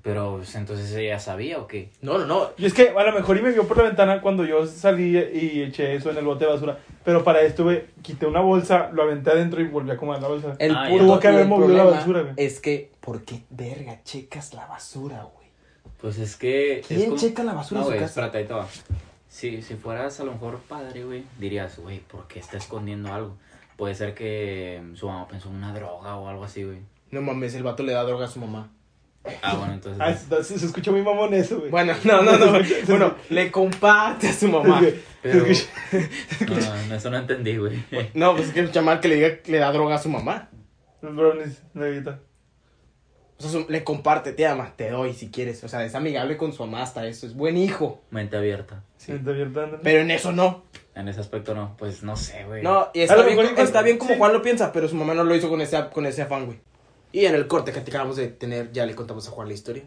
Speaker 3: Pero, pues, entonces ella sabía o qué?
Speaker 1: No, no, no.
Speaker 2: Y es que a lo mejor y me vio por la ventana cuando yo salí y eché eso en el bote de basura. Pero para esto, güey, quité una bolsa, lo aventé adentro y volví a comer la bolsa.
Speaker 1: El
Speaker 3: Ah, ya.
Speaker 1: punto
Speaker 2: Tuvo que haber
Speaker 1: el
Speaker 2: movido la
Speaker 1: problema
Speaker 2: basura, güey.
Speaker 1: Es que, ¿por qué verga checas la basura, güey?
Speaker 3: Pues es que. es
Speaker 1: ¿Quién
Speaker 3: como-
Speaker 1: checa la basura
Speaker 3: No,
Speaker 1: en su
Speaker 3: güey,
Speaker 1: casa?
Speaker 3: espérate, ahí te va. Si, si fueras a lo mejor padre, güey, dirías, güey, ¿por qué está escondiendo algo? Puede ser que mm, su mamá pensó en una droga o algo así, güey.
Speaker 1: No mames, el vato le da droga a su mamá.
Speaker 3: Ah, bueno, entonces.
Speaker 2: Ah, se, se- se escuchó mi mamón eso, güey.
Speaker 1: Bueno, no, no, no. bueno, le comparte a su mamá.
Speaker 3: pero. No, no, no, eso no entendí, güey.
Speaker 1: No, pues es que el chamal que le diga que le da droga a su mamá.
Speaker 2: Los brownies, negrita.
Speaker 1: O sea, su- le comparte, te ama, te doy si quieres. O sea, es amigable con su mamá hasta eso. Es buen hijo.
Speaker 3: Mente abierta.
Speaker 1: Sí.
Speaker 2: Mente abierta, ándale.
Speaker 1: Pero en eso no.
Speaker 3: En ese aspecto no, pues no sé, güey.
Speaker 1: No, y
Speaker 2: A
Speaker 1: está
Speaker 2: lo
Speaker 1: bien,
Speaker 2: mejor
Speaker 1: co- está
Speaker 2: igual-
Speaker 1: bien como
Speaker 2: sí.
Speaker 1: Juan lo piensa, pero su mamá no lo hizo con ese, con ese afán, güey. Y en el corte que acabamos de tener, ya le contamos a Juan la historia.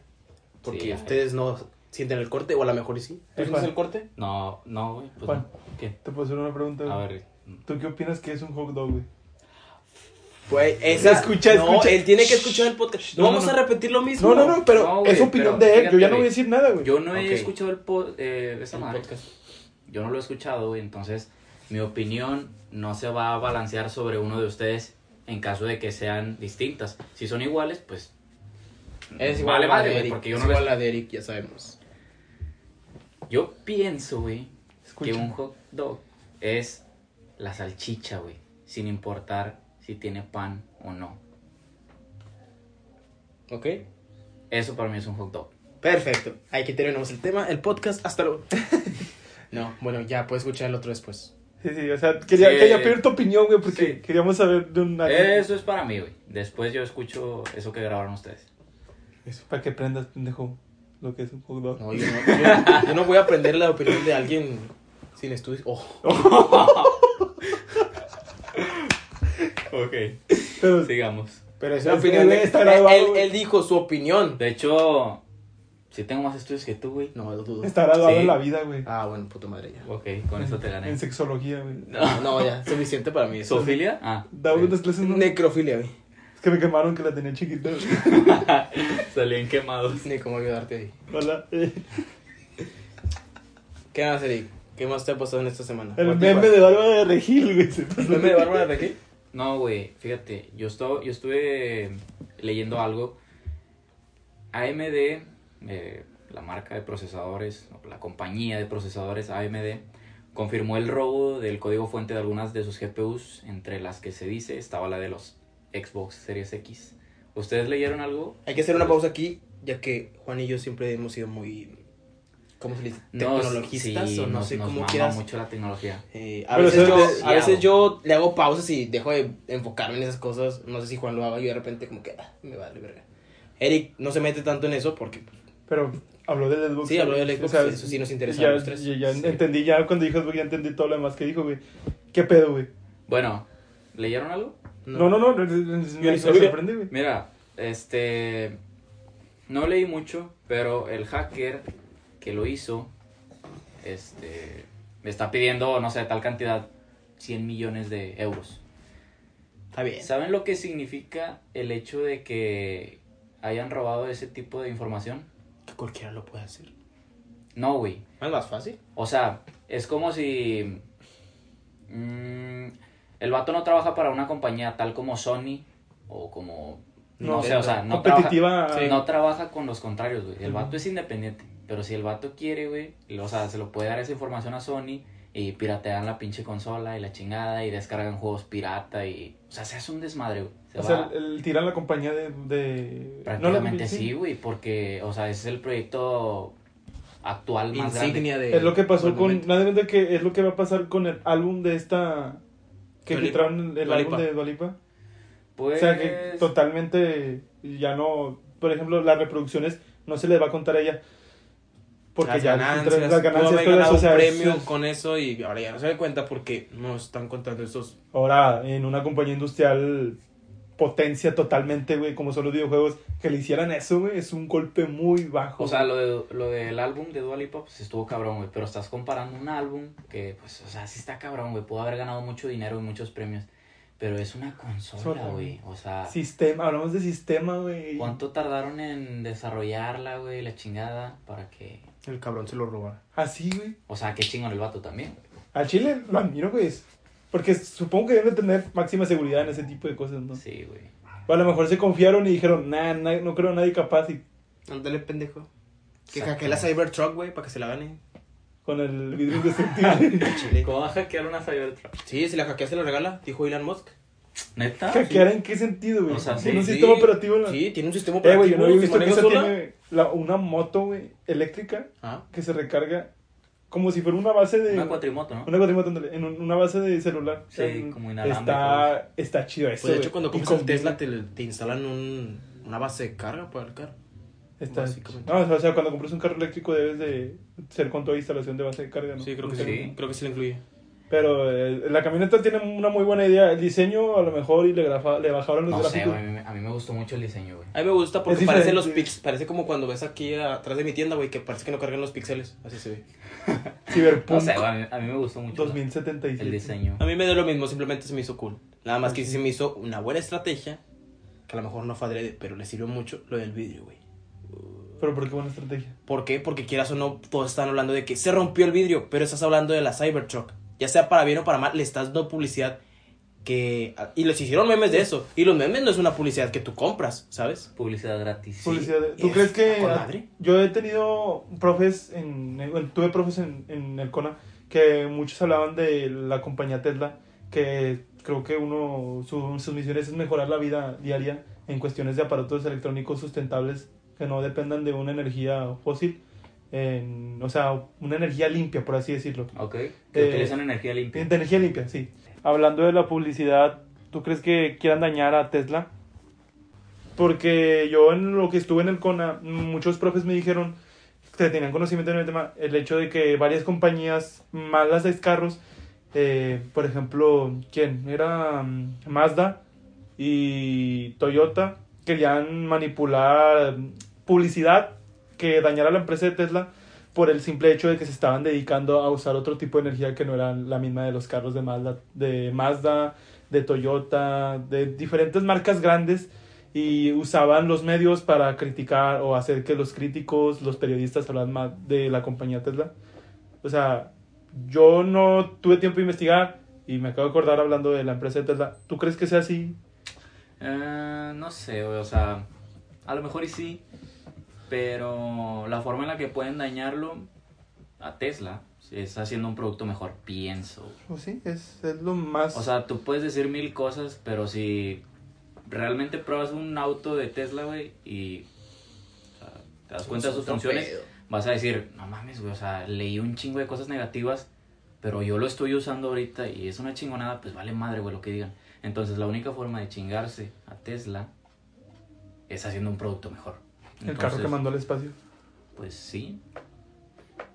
Speaker 1: Porque
Speaker 3: Sí, ya.
Speaker 1: ustedes no sienten el corte, o a lo mejor y sí. ¿Tú
Speaker 2: Eh,
Speaker 1: sientes
Speaker 2: Juan.
Speaker 1: el corte?
Speaker 3: No, no, güey. Pues
Speaker 2: Juan.
Speaker 3: no. ¿Qué?
Speaker 2: Te puedo hacer una pregunta,
Speaker 3: A
Speaker 2: güey.
Speaker 3: ver.
Speaker 2: ¿Tú qué opinas que es un hot dog, güey?
Speaker 1: Güey, esa.
Speaker 2: Escucha,
Speaker 1: no,
Speaker 2: escucha.
Speaker 1: él tiene que escuchar el podcast.
Speaker 2: No,
Speaker 1: No,
Speaker 2: no,
Speaker 1: vamos
Speaker 2: no.
Speaker 1: a repetir lo mismo.
Speaker 2: No, no, no, pero
Speaker 3: No, güey,
Speaker 2: es opinión
Speaker 3: pero
Speaker 2: de él. yo ya
Speaker 3: fíjate,
Speaker 2: no voy
Speaker 3: güey.
Speaker 2: a decir nada, güey.
Speaker 3: Yo no
Speaker 1: Ok.
Speaker 3: he escuchado el po eh, esa
Speaker 1: El
Speaker 3: madre.
Speaker 1: podcast.
Speaker 3: Yo no lo he escuchado, güey. Entonces, mi opinión no se va a balancear sobre uno de ustedes en caso de que sean distintas. Si son iguales, pues.
Speaker 1: Es igual
Speaker 3: vale,
Speaker 1: a la
Speaker 3: vale,
Speaker 1: de
Speaker 3: güey.
Speaker 1: Eric,
Speaker 3: Porque yo
Speaker 1: es
Speaker 3: no lo
Speaker 1: igual a la de Eric, ya sabemos.
Speaker 3: Yo pienso, güey, que
Speaker 2: Escucha.
Speaker 3: un hot dog es la salchicha, güey. Sin importar si tiene pan o no.
Speaker 1: ¿Ok?
Speaker 3: Eso para mí es un hot dog.
Speaker 1: Perfecto. Ahí que terminamos el tema, el podcast. Hasta luego. No, bueno, ya puedes escuchar el otro después.
Speaker 2: Sí, sí, o sea, quería,
Speaker 3: Sí.
Speaker 2: quería pedir tu opinión, güey, porque
Speaker 3: Sí.
Speaker 2: queríamos saber de un...
Speaker 3: Eso es para mí, güey. Después yo escucho eso que grabaron ustedes.
Speaker 2: Eso, para que aprendas, pendejo, lo que es un hot dog.
Speaker 1: No, yo no, yo, yo no voy a aprender la opinión de alguien sin estudios. Oh,
Speaker 3: Ok.
Speaker 2: Pero,
Speaker 3: Sigamos.
Speaker 1: pero es
Speaker 2: Es
Speaker 1: la
Speaker 2: que,
Speaker 1: opinión de
Speaker 2: güey, está grabado,
Speaker 1: él,
Speaker 2: güey.
Speaker 1: él dijo su opinión.
Speaker 3: De hecho, sí tengo más estudios que tú, güey.
Speaker 1: No, lo dudo.
Speaker 2: está graduado
Speaker 3: Sí.
Speaker 2: en la vida, güey.
Speaker 1: Ah, bueno, puta madre ya.
Speaker 3: Ok, con eso te gané.
Speaker 2: En sexología, güey.
Speaker 1: No, no, ya, suficiente para mí. Eso.
Speaker 3: ¿Sofilia? Ah.
Speaker 2: Daba unas clases ¿no?
Speaker 1: Necrofilia, güey.
Speaker 2: Es que me quemaron que la tenía chiquita. güey.
Speaker 3: Salían quemados.
Speaker 1: Ni cómo ayudarte ahí.
Speaker 2: Hola.
Speaker 1: ¿Qué más, Eric? ¿Qué más te ha pasado en esta semana?
Speaker 2: El
Speaker 1: What the
Speaker 2: meme
Speaker 1: fuck?
Speaker 2: de Bárbara de Regil, güey. se pasó.
Speaker 1: ¿El meme de Bárbara de aquí?
Speaker 3: No, güey, fíjate, yo, esto- yo estuve leyendo algo. AMD, eh, la marca de procesadores, o la compañía de procesadores AMD, confirmó el robo del código fuente de algunas de sus GPUs, entre las que se dice estaba la de los Xbox Series X. ¿Ustedes leyeron algo?
Speaker 1: Hay que hacer una pausa aquí, ya que Juan y yo siempre hemos sido muy. ¿Cómo se le dice?
Speaker 3: Nos-
Speaker 1: Tecnologistas
Speaker 3: sí,
Speaker 1: o no
Speaker 3: nos-
Speaker 1: sé
Speaker 3: nos
Speaker 1: cómo
Speaker 3: mama
Speaker 1: quieras.
Speaker 3: mucho la tecnología.
Speaker 1: Eh, a,
Speaker 2: Pero
Speaker 1: veces
Speaker 2: eso
Speaker 1: yo,
Speaker 2: es
Speaker 1: a
Speaker 3: demasiado.
Speaker 1: veces yo le hago pausas y dejo de enfocarme en esas cosas. No sé si Juan lo haga. Yo de repente, como que ah, me vale verga. Eric no se mete tanto en eso porque. pues,
Speaker 2: Pero habló del Xbox.
Speaker 1: Sí, habló del
Speaker 2: güey.
Speaker 1: Xbox, eso sí nos interesa a
Speaker 2: Ya,
Speaker 1: los tres.
Speaker 2: ya, ya
Speaker 1: Sí.
Speaker 2: entendí, ya cuando dijo Xbox, ya entendí todo lo demás que dijo, güey. ¿Qué pedo, güey?
Speaker 3: Bueno, ¿leyeron algo?
Speaker 2: No, no, no. no, no, no,
Speaker 1: ni
Speaker 2: Me
Speaker 1: sabía.
Speaker 2: sorprende, güey.
Speaker 3: Mira, este. No leí mucho, pero el hacker que lo hizo. Este. Me está pidiendo, no sé, tal cantidad. 100 millones de euros.
Speaker 1: Está bien.
Speaker 3: ¿Saben lo que significa el hecho de que hayan robado ese tipo de información?
Speaker 1: Que cualquiera lo puede hacer.
Speaker 3: No, güey.
Speaker 1: ¿No es más fácil?
Speaker 3: O sea, es como si. mm, el vato no trabaja para una compañía tal como Sony o como. No,
Speaker 2: No,
Speaker 3: sé, o sea, Ah, no trabaja.
Speaker 2: Competitiva.
Speaker 1: Sí.
Speaker 3: No trabaja con los contrarios, güey. El
Speaker 2: Ujú.
Speaker 3: vato es independiente. Pero si el vato quiere, güey, o sea, se lo puede dar esa información a Sony y piratean la pinche consola y la chingada y descargan juegos pirata y. O sea, se hace un desmadre, güey. Se
Speaker 2: O
Speaker 3: va-
Speaker 2: sea, el, el tirar la compañía de. de... no, la-
Speaker 3: prácticamente sí, güey, porque, o sea, es el proyecto actual más grande.
Speaker 1: Insignia de.
Speaker 2: Es lo que pasó
Speaker 1: del
Speaker 2: con.
Speaker 1: momento.
Speaker 2: Nada cuenta que es lo que va a pasar con el álbum de esta. Que
Speaker 1: Dua Lipa.
Speaker 2: filtraron el, el
Speaker 1: Dua
Speaker 2: álbum
Speaker 1: Lipa.
Speaker 2: de Dolipa.
Speaker 3: Pues,
Speaker 2: O sea, que totalmente ya no. Por ejemplo, las reproducciones no se les va a contar a ella. Porque
Speaker 1: las
Speaker 2: ya
Speaker 1: ganancias,
Speaker 2: filtraron las
Speaker 1: pudo
Speaker 2: ganancias,
Speaker 1: haber
Speaker 2: todo
Speaker 1: ganado
Speaker 2: eso. O
Speaker 1: un
Speaker 2: sea,
Speaker 1: premio
Speaker 2: es-
Speaker 1: con eso y ahora ya no se da cuenta porque nos están contando estos.
Speaker 2: ahora, en una compañía industrial potencia totalmente, güey, como son los videojuegos, que le hicieran eso, güey, es un golpe muy bajo.
Speaker 3: O sea,
Speaker 2: güey.
Speaker 3: lo, de- lo del álbum de Dua Lipa, pues estuvo cabrón, güey. Pero estás comparando un álbum que, pues, o sea, sí está cabrón, güey. Pudo haber ganado mucho dinero y muchos premios. Pero es una consola,
Speaker 2: Sola,
Speaker 3: güey. O sea,
Speaker 2: Sistema, hablamos de sistema, güey.
Speaker 3: ¿cuánto tardaron en desarrollarla, güey? La chingada, para que.
Speaker 1: El cabrón se lo robara.
Speaker 2: Así, güey.
Speaker 3: O sea, qué chingón el vato también. güey.
Speaker 2: Al Chile lo admiro, güey. es- Porque supongo que deben de tener máxima seguridad en ese tipo de cosas, ¿no?
Speaker 3: Sí, güey.
Speaker 2: O a lo mejor se confiaron y dijeron, nah, na- no creo a nadie capaz y
Speaker 1: Ándale, pendejo. Que
Speaker 3: Exacto.
Speaker 1: hackee la Cybertruck, güey, para que se la gane.
Speaker 2: con el vidrio indestructible.
Speaker 1: Chile.
Speaker 3: Ah, ¿Cómo va a hackear una Cybertruck?
Speaker 1: Sí, si la hackea se la regala, dijo Elon Musk.
Speaker 3: ¿Neta?
Speaker 2: ¿Hackear en qué sentido, güey?
Speaker 3: O sea, sí,
Speaker 2: ¿Tiene un
Speaker 1: sí.
Speaker 2: sistema operativo. en la-
Speaker 1: Sí, tiene un sistema
Speaker 2: Eh,
Speaker 1: operativo
Speaker 2: güey, yo no he visto que
Speaker 1: maneja
Speaker 2: esa
Speaker 1: sola.
Speaker 2: tiene la- una moto, güey, eléctrica
Speaker 1: Ah,
Speaker 2: que se recarga como si fuera una base de...
Speaker 3: Una cuatrimoto, ¿no?
Speaker 2: Una cuatrimoto, ándale, en un- una base de celular.
Speaker 3: Sí, como inalámbrico,
Speaker 2: Está, está chido
Speaker 1: pues
Speaker 2: eso,
Speaker 1: de hecho
Speaker 2: güey.
Speaker 1: cuando
Speaker 2: Y
Speaker 1: compras el
Speaker 2: combina-
Speaker 1: Tesla te, te instalan un, una base de carga para el carro.
Speaker 2: Está,
Speaker 1: Básicamente.
Speaker 2: no, o sea, cuando compras un carro eléctrico debes de ser con toda instalación de base de carga, ¿no?
Speaker 1: Sí, creo que sí.
Speaker 3: Sí.
Speaker 1: Creo que sí le incluye.
Speaker 2: Pero eh, la camioneta tiene una muy buena idea. El diseño, a lo mejor, y le, grafa- le bajaron los
Speaker 3: No sé,
Speaker 2: gráficos.
Speaker 3: güey. a mí- A mí me gustó mucho el diseño, güey.
Speaker 1: A mí me gusta porque
Speaker 2: Es
Speaker 1: parece los
Speaker 2: diferente.
Speaker 1: pix, parece como cuando ves aquí atrás de mi tienda, güey, que parece que no cargan los píxeles, así se ve.
Speaker 2: Cyberpunk
Speaker 3: No sé, güey. A mí, a mí me gustó mucho
Speaker 2: 2077.
Speaker 3: el diseño.
Speaker 1: A mí me dio lo mismo, simplemente se me hizo cool. Nada más que sí se me hizo una buena estrategia, que a lo mejor no fue adrede, pero le sirvió mucho lo del vidrio, güey.
Speaker 2: Pero ¿por qué buena estrategia?
Speaker 1: ¿Por qué? Porque quieras o no, todos están hablando de que se rompió el vidrio, pero estás hablando de la Cybertruck. Ya sea para bien o para mal, le estás dando publicidad que... ah, Y les hicieron memes de eso. Y los memes no es una publicidad que tú compras, ¿sabes?
Speaker 3: Publicidad gratis.
Speaker 2: Publicidad. de- ¿Tú
Speaker 1: es-
Speaker 2: crees que.?
Speaker 1: con madre.
Speaker 2: Yo he tenido profes en. en- tuve profes en, en el CONA que muchos hablaban de la compañía Tesla. Que creo que uno. su- sus misiones es mejorar la vida diaria en cuestiones de aparatos electrónicos sustentables que no dependan de una energía fósil. en- o sea, una energía limpia, por así decirlo.
Speaker 3: Ok. Que
Speaker 2: Eh,
Speaker 3: utilizan energía limpia.
Speaker 2: De energía limpia, sí. Hablando de la publicidad, ¿tú crees que quieran dañar a Tesla? Porque yo en lo que estuve en el CONA, muchos profes me dijeron que tenían conocimiento en el tema, el hecho de que varias compañías malas de carros, eh, por ejemplo, ¿quién? Era mm, Mazda y Toyota, querían manipular mm, publicidad que dañara la empresa de Tesla por el simple hecho de que se estaban dedicando a usar otro tipo de energía que no era la misma de los carros de Mazda, de, Mazda, de Toyota, de diferentes marcas grandes y usaban los medios para criticar o hacer que los críticos, los periodistas hablan más de la compañía Tesla. O sea, yo no tuve tiempo de investigar y me acabo de acordar hablando de la empresa de Tesla. ¿Tú crees que sea así?
Speaker 3: Eh, no sé, güey, o sea, a lo mejor y sí, pero la forma en la que pueden dañarlo a Tesla es haciendo un producto mejor, pienso.
Speaker 2: Pues sí, es, es lo más...
Speaker 3: O sea, tú puedes decir mil cosas, pero si realmente pruebas un auto de Tesla, güey, y o sea, te das cuenta de sus funciones, vas a decir, no mames, güey, o sea, leí un chingo de cosas negativas, pero yo lo estoy usando ahorita y es una chingonada, pues vale madre, güey, lo que digan. Entonces, la única forma de chingarse a Tesla es haciendo un producto mejor.
Speaker 2: el carro que
Speaker 3: Entonces,
Speaker 2: mandó al espacio.
Speaker 3: Pues sí.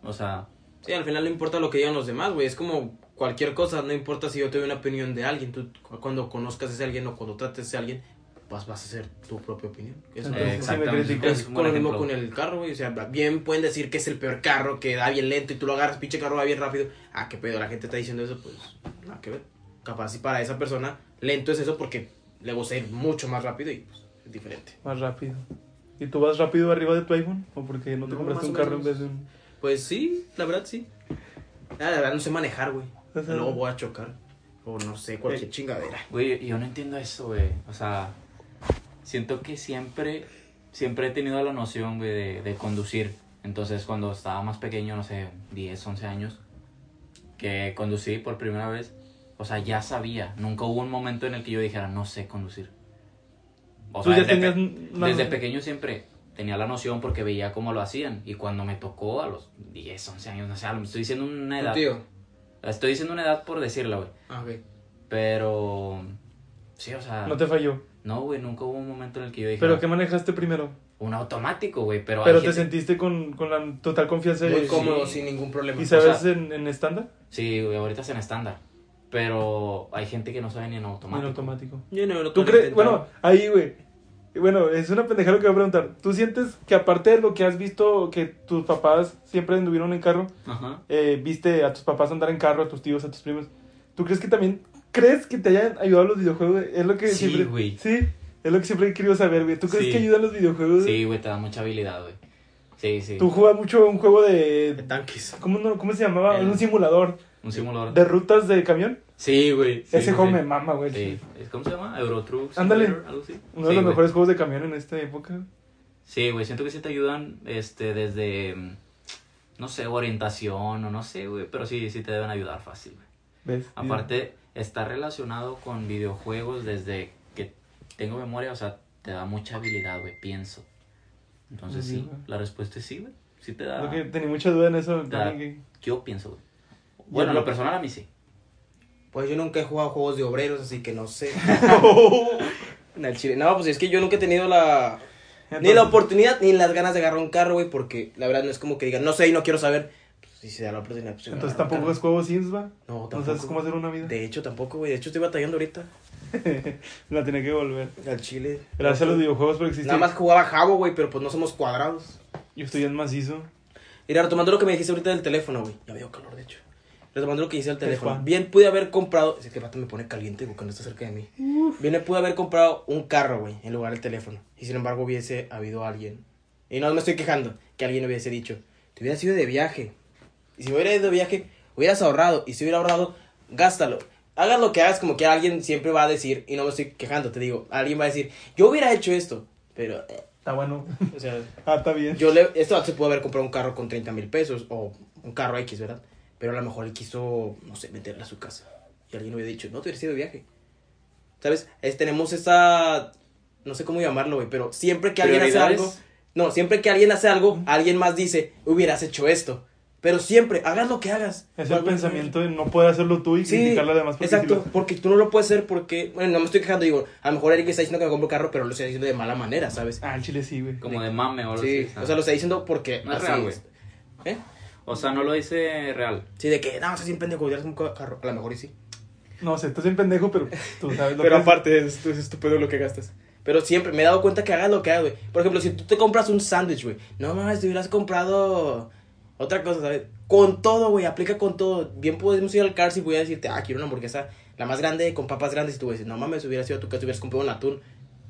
Speaker 3: O sea,
Speaker 1: Sí, al final no importa lo que digan los demás, güey. Es como cualquier cosa, no importa si yo te doy una opinión de alguien. Tú cu- cuando conozcas a ese alguien o cuando trates a alguien, vas, vas a hacer tu propia opinión. Es,
Speaker 2: Entonces,
Speaker 1: es
Speaker 3: eh,
Speaker 2: sí me
Speaker 3: exactamente.
Speaker 2: criticas.
Speaker 3: es un
Speaker 1: con
Speaker 3: buen
Speaker 1: lo mismo
Speaker 3: ejemplo.
Speaker 1: con el carro, güey. O sea, bien pueden decir que es el peor carro, que da bien lento y tú lo agarras, pinche carro va bien rápido. Ah, qué pedo, la gente está diciendo eso, pues nada que ver. Capaz si para esa persona lento es eso porque le gusta ir mucho más rápido y pues, es diferente.
Speaker 2: Más rápido. ¿Y tú vas rápido arriba de tu iPhone? ¿O porque no te
Speaker 1: No,
Speaker 2: compraste
Speaker 1: más
Speaker 2: un
Speaker 1: o
Speaker 2: carro en
Speaker 1: menos.
Speaker 2: vez de un.?
Speaker 1: Pues sí, la verdad sí. Ah, la verdad no sé manejar, güey.
Speaker 2: Ajá.
Speaker 1: Luego voy a chocar. O no sé, cualquier
Speaker 2: Eh.
Speaker 1: chingadera.
Speaker 3: Güey, yo no entiendo eso, güey. O sea, siento que siempre, siempre he tenido la noción, güey, de, de conducir. Entonces, cuando estaba más pequeño, no sé, 10, 11 años, que conducí por primera vez, o sea, ya sabía. Nunca hubo un momento en el que yo dijera, no sé conducir. O
Speaker 2: Tú
Speaker 3: sea,
Speaker 2: ya
Speaker 3: desde,
Speaker 2: tenías.
Speaker 3: pe-
Speaker 2: una-
Speaker 3: desde pequeño siempre tenía la noción porque veía cómo lo hacían. Y cuando me tocó a los 10, 11 años, no sé, a lo- estoy diciendo una edad.
Speaker 1: Tío.
Speaker 3: Estoy diciendo una edad por decirla, güey.
Speaker 1: Ah, ok.
Speaker 3: Pero. Sí, o sea.
Speaker 2: No te falló.
Speaker 3: No, güey, nunca hubo un momento en el que yo dije. "Ah,
Speaker 2: ¿Pero qué manejaste primero?
Speaker 3: Un automático, güey, pero.
Speaker 2: ¿Pero
Speaker 3: hay
Speaker 2: te
Speaker 3: gente-
Speaker 2: sentiste con, con la total confianza de-
Speaker 1: Muy cómodo,
Speaker 3: sí.
Speaker 1: sin ningún problema.
Speaker 2: ¿Y sabes
Speaker 3: o sea-
Speaker 2: en, en estándar?
Speaker 3: Sí, güey, ahorita es en estándar. Pero hay gente que no sabe ni en automático.
Speaker 2: En automático.
Speaker 1: Yo no, no
Speaker 2: ¿Tú crees? Bueno, ahí, güey. Bueno, es una pendeja lo que voy a preguntar. ¿Tú sientes que aparte de lo que has visto, que tus papás siempre anduvieron en carro,
Speaker 3: Ajá.
Speaker 2: eh, viste a tus papás andar en carro, a tus tíos, a tus primos. ¿Tú crees que también crees que te hayan ayudado los videojuegos? güey? Es lo que
Speaker 3: Sí,
Speaker 2: siempre,
Speaker 3: güey.
Speaker 2: Sí, es lo que siempre he querido saber, güey. ¿Tú crees
Speaker 3: Sí.
Speaker 2: que ayudan los videojuegos?
Speaker 3: Sí, güey, te da mucha habilidad, güey. Sí, sí.
Speaker 2: Tú juegas mucho un juego de
Speaker 1: Tanques.
Speaker 2: ¿Cómo, no, ¿Cómo se llamaba?
Speaker 3: El-
Speaker 2: Un simulador
Speaker 3: Un simulador.
Speaker 2: de rutas de camión.
Speaker 3: Sí, güey. sí,
Speaker 2: Ese
Speaker 3: güey,
Speaker 2: juego
Speaker 3: sí.
Speaker 2: me mama, güey.
Speaker 3: Sí. ¿Es- ¿Cómo se llama? Eurotruck.
Speaker 2: Ándale.
Speaker 3: Simulator, Algo así.
Speaker 2: Uno
Speaker 3: Sí,
Speaker 2: de los
Speaker 3: güey.
Speaker 2: mejores juegos de camión en esta época.
Speaker 3: Sí, güey, siento que sí te ayudan este, desde. mm, No sé, orientación o no sé, güey. Pero sí, sí te deben ayudar fácil, güey.
Speaker 2: ¿Ves?
Speaker 3: Aparte, está relacionado con videojuegos desde que tengo memoria, o sea, te da mucha habilidad, güey, pienso. Entonces
Speaker 2: Muy bien,
Speaker 3: sí,
Speaker 2: güey.
Speaker 3: la respuesta es sí, güey. Sí te
Speaker 2: Yo
Speaker 3: da.
Speaker 2: creo que tenía mucha duda en eso.
Speaker 3: te da-
Speaker 2: también,
Speaker 3: Yo pienso, güey. Bueno, en
Speaker 2: lo-
Speaker 3: lo personal a mí sí.
Speaker 1: Pues yo nunca he jugado juegos de obreros, así que no sé. No, chile. No, pues es que yo nunca he tenido la.
Speaker 2: que-
Speaker 1: ni la
Speaker 2: Entonces,
Speaker 1: oportunidad ni las ganas de agarrar un carro, güey, porque la verdad no es como que digan, no sé y no quiero saber. Pues, si se da la oportunidad, pues.
Speaker 2: Entonces
Speaker 1: agarro un
Speaker 2: tampoco es juego Sims, va.
Speaker 1: carro. No,
Speaker 2: No
Speaker 1: tampoco.
Speaker 2: sabes cómo hacer una vida.
Speaker 1: De hecho, tampoco, güey. De hecho, estoy batallando ahorita.
Speaker 2: La tenía que volver.
Speaker 1: Al chile.
Speaker 2: Gracias a los videojuegos por existir.
Speaker 1: Nada más jugaba jabo, güey, pero pues no somos cuadrados.
Speaker 2: Yo estoy en macizo.
Speaker 1: Mira, retomando lo que me dijiste ahorita del teléfono, güey. Ya veo calor, de hecho. Retomando lo que hice del teléfono.
Speaker 2: Juan.
Speaker 1: Bien pude haber comprado. Es que el rato me pone caliente, güey, cuando está cerca de mí. Bien pude haber comprado un carro, güey, en lugar del teléfono. Y sin embargo hubiese habido alguien. Y no me estoy quejando que alguien hubiese dicho. Te hubieras ido de viaje. Y si hubiera ido de viaje, hubieras ahorrado. Y si hubiera ahorrado, gástalo. Hagas lo que hagas, como que alguien siempre va a decir. Y no me estoy quejando, te digo. Alguien va a decir, yo hubiera hecho esto. Pero, eh,
Speaker 2: Está bueno.
Speaker 1: o sea.
Speaker 2: Ah, está bien.
Speaker 1: Yo le, este vato se pudo haber comprado un carro con 30 mil pesos o un carro X, ¿verdad? Pero a lo mejor él quiso, no sé, meterla a su casa. Y alguien hubiera dicho, no, te hubieras ido de viaje. ¿Sabes? Es- tenemos esa, no sé cómo llamarlo, güey, pero siempre que alguien hace algo,
Speaker 3: Prioridades.
Speaker 1: No, siempre que alguien hace algo, alguien más dice, hubieras hecho esto. Pero siempre, hagas lo que hagas.
Speaker 2: Es el
Speaker 1: Algo-
Speaker 2: pensamiento de no poder hacerlo tú y
Speaker 1: Sí,
Speaker 2: criticarle a demás porque
Speaker 1: exacto,
Speaker 2: sí lo-
Speaker 1: porque tú no lo puedes hacer porque, bueno, no me estoy quejando, digo, a lo mejor Eric está diciendo que me compro carro, pero lo está diciendo de mala manera, ¿sabes?
Speaker 2: Ah, en Chile sí, güey.
Speaker 3: Como de mame o algo
Speaker 1: sí,
Speaker 3: así,
Speaker 1: o sea, lo está diciendo porque
Speaker 3: No es
Speaker 1: así
Speaker 3: real,
Speaker 1: es.
Speaker 3: güey.
Speaker 1: ¿Eh?
Speaker 3: O sea, no lo dice real.
Speaker 1: Sí, de que, no, estás bien pendejo, hubieras comprado carro, a lo mejor y sí.
Speaker 2: No sé, tú eres un pendejo, pero tú sabes lo
Speaker 1: Pero
Speaker 2: que es.
Speaker 1: aparte, es, es estúpido lo que gastas. Pero siempre me he dado cuenta que hagas lo que hagas, güey. Por ejemplo, si tú te compras un sándwich, güey. No mames, te hubieras comprado otra cosa, ¿sabes? Con todo, güey. Aplica con todo. Bien podemos ir al Cars y voy a decirte, ah, quiero una hamburguesa la más grande con papas grandes. Y tú dices, no mames, hubieras ido a tu casa, hubieras comprado un atún.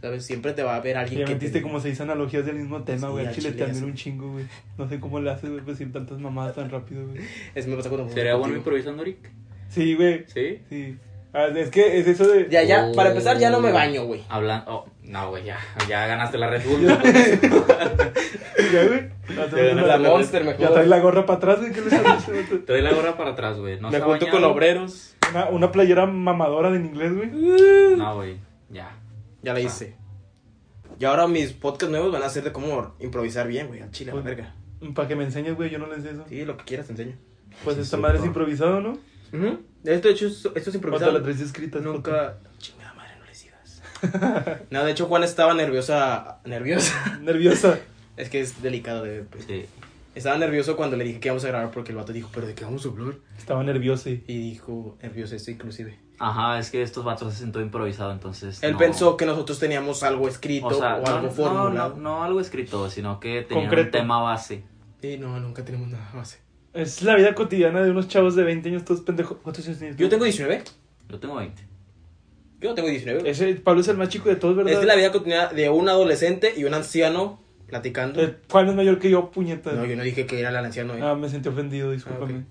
Speaker 1: ¿Sabes? Siempre te va a ver alguien
Speaker 2: Ya
Speaker 1: que.
Speaker 2: metiste
Speaker 1: te-
Speaker 2: como seis analogías del mismo tema,
Speaker 1: Sí,
Speaker 2: güey.
Speaker 1: al
Speaker 2: al Chile te
Speaker 1: chile, ya
Speaker 2: admiro
Speaker 1: sé.
Speaker 2: un chingo, güey. No sé cómo le haces, güey, decir tantas mamadas tan rápido, güey.
Speaker 1: Eso me pasa cuando.
Speaker 3: Sería bueno
Speaker 1: contigo.
Speaker 3: improvisando, Rick.
Speaker 2: Sí, güey.
Speaker 3: Sí.
Speaker 2: Sí. Ah, es que es eso de.
Speaker 1: Ya, ya,
Speaker 3: Oh.
Speaker 1: para empezar, ya no me baño, güey.
Speaker 3: Hablan. Oh, no, güey, ya. Ya ganaste la Red Bull.
Speaker 2: Ya, güey. Ya traes
Speaker 3: ganas
Speaker 2: la-
Speaker 1: La Monster, mejor.
Speaker 2: Ya traes la gorra para atrás, güey. ¿Qué les haces, güey?
Speaker 3: Te doy la gorra para atrás, güey. No
Speaker 1: me
Speaker 3: se ha
Speaker 1: junto con
Speaker 3: bañado.
Speaker 1: obreros.
Speaker 2: Una, una playera mamadora en inglés, güey.
Speaker 3: No, güey. Ya.
Speaker 1: Ya la hice. Y ahora mis podcasts nuevos van a ser de cómo improvisar bien, güey, al chile, a la verga.
Speaker 2: Para que me enseñes, güey. Yo no les sé eso.
Speaker 1: Sí, lo que quieras te enseño.
Speaker 2: Pues
Speaker 3: Sí,
Speaker 2: esta
Speaker 3: sí,
Speaker 2: madre es
Speaker 3: claro.
Speaker 2: improvisado, ¿no?
Speaker 1: Esto, de hecho, es- esto es
Speaker 2: Cuando
Speaker 1: improvisado.
Speaker 2: la traes escrita.
Speaker 1: Nunca. Chingada madre, no les digas. no, de hecho, Juan estaba nerviosa. Nerviosa.
Speaker 2: Nerviosa.
Speaker 1: es que es delicado de. pues.
Speaker 3: Sí.
Speaker 1: Estaba nervioso cuando le dije que íbamos a grabar porque el vato dijo, ¿pero de qué vamos a hablar?
Speaker 2: Estaba nerviosa. y-
Speaker 1: Y dijo, nervioso esto inclusive.
Speaker 3: Ajá, es que estos vatos hacen todo improvisado, entonces.
Speaker 1: Él
Speaker 3: no.
Speaker 1: pensó que nosotros teníamos algo escrito o,
Speaker 3: O sea, no,
Speaker 1: algo
Speaker 3: no,
Speaker 1: formulado.
Speaker 3: no, no algo escrito, sino que tenía un
Speaker 2: Concreto.
Speaker 3: tema base.
Speaker 1: Y no, nunca tenemos nada más.
Speaker 2: Es la vida cotidiana de unos chavos de 20 años, todos pendejos. ¿Cuántos años tienes? tú?
Speaker 1: Yo tengo 19.
Speaker 3: Yo tengo 20.
Speaker 1: Yo no tengo 19.
Speaker 2: Ese, Pablo es el más chico de todos, ¿verdad?
Speaker 1: Esta es la vida cotidiana de un adolescente y un anciano platicando.
Speaker 2: Eh, ¿Cuál es mayor que yo, puñeta?
Speaker 1: No, yo no dije que era el anciano. eh.
Speaker 2: Ah, me sentí ofendido, discúlpame.
Speaker 1: Ah, ok.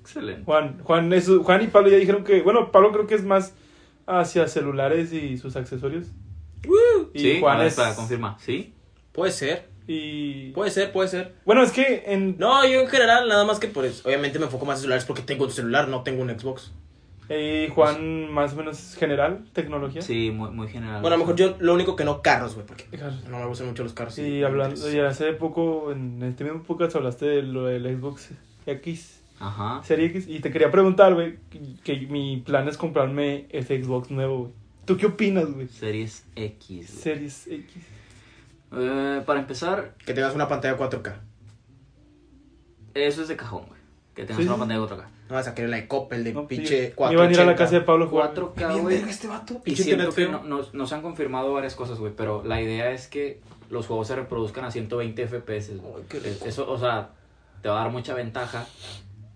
Speaker 3: Excelente.
Speaker 2: Juan, Juan, es- Juan y Pablo ya dijeron que. Bueno, Pablo creo que es más hacia celulares y sus accesorios. Y
Speaker 3: sí,
Speaker 2: Juan
Speaker 3: a
Speaker 1: ah,
Speaker 3: ver,
Speaker 2: es.
Speaker 3: espera, confirma. ¿Sí?
Speaker 1: Puede ser,
Speaker 2: Y.
Speaker 1: puede ser, puede ser.
Speaker 2: Bueno, es que en.
Speaker 1: Pues, No, yo en general nada más que por eso. Obviamente me enfoco más en celulares porque tengo un celular, no tengo un Xbox.
Speaker 2: eh, Juan, más o menos general, tecnología.
Speaker 3: Sí, muy, muy general.
Speaker 1: Bueno, a lo mejor yo lo único que no carros, güey, porque
Speaker 2: Dejar-
Speaker 1: no me gustan mucho los carros.
Speaker 2: Sí, hablando. Y hace poco, en este mismo podcast, hablaste de lo del Xbox X.
Speaker 3: Ajá.
Speaker 2: Serie X. Y te quería preguntar, güey, que- que mi plan es comprarme ese Xbox nuevo, güey. ¿Tú qué opinas, güey?
Speaker 3: Series X. güey.
Speaker 2: Series X.
Speaker 3: Eh, para empezar,
Speaker 1: Que tengas una pantalla 4K.
Speaker 3: eso es de cajón, güey. Que tengas
Speaker 2: Sí,
Speaker 3: una
Speaker 2: sí,
Speaker 3: pantalla de otra acá.
Speaker 1: No vas a querer la de Coppel, de
Speaker 2: No,
Speaker 1: pinche
Speaker 2: sí.
Speaker 1: 4K.
Speaker 2: Iban a ir a la casa de Pablo a jugar.
Speaker 3: 4K,
Speaker 1: Bien
Speaker 3: güey.
Speaker 1: verga este vato.
Speaker 3: Y
Speaker 1: Pinche
Speaker 3: siento
Speaker 1: internet
Speaker 3: que
Speaker 1: feo.
Speaker 3: no- nos, nos han confirmado varias cosas, güey, pero la idea es que los juegos se reproduzcan a 120 FPS. güey.
Speaker 1: Ay, qué rico.
Speaker 3: Eso, o sea, te va a dar mucha ventaja.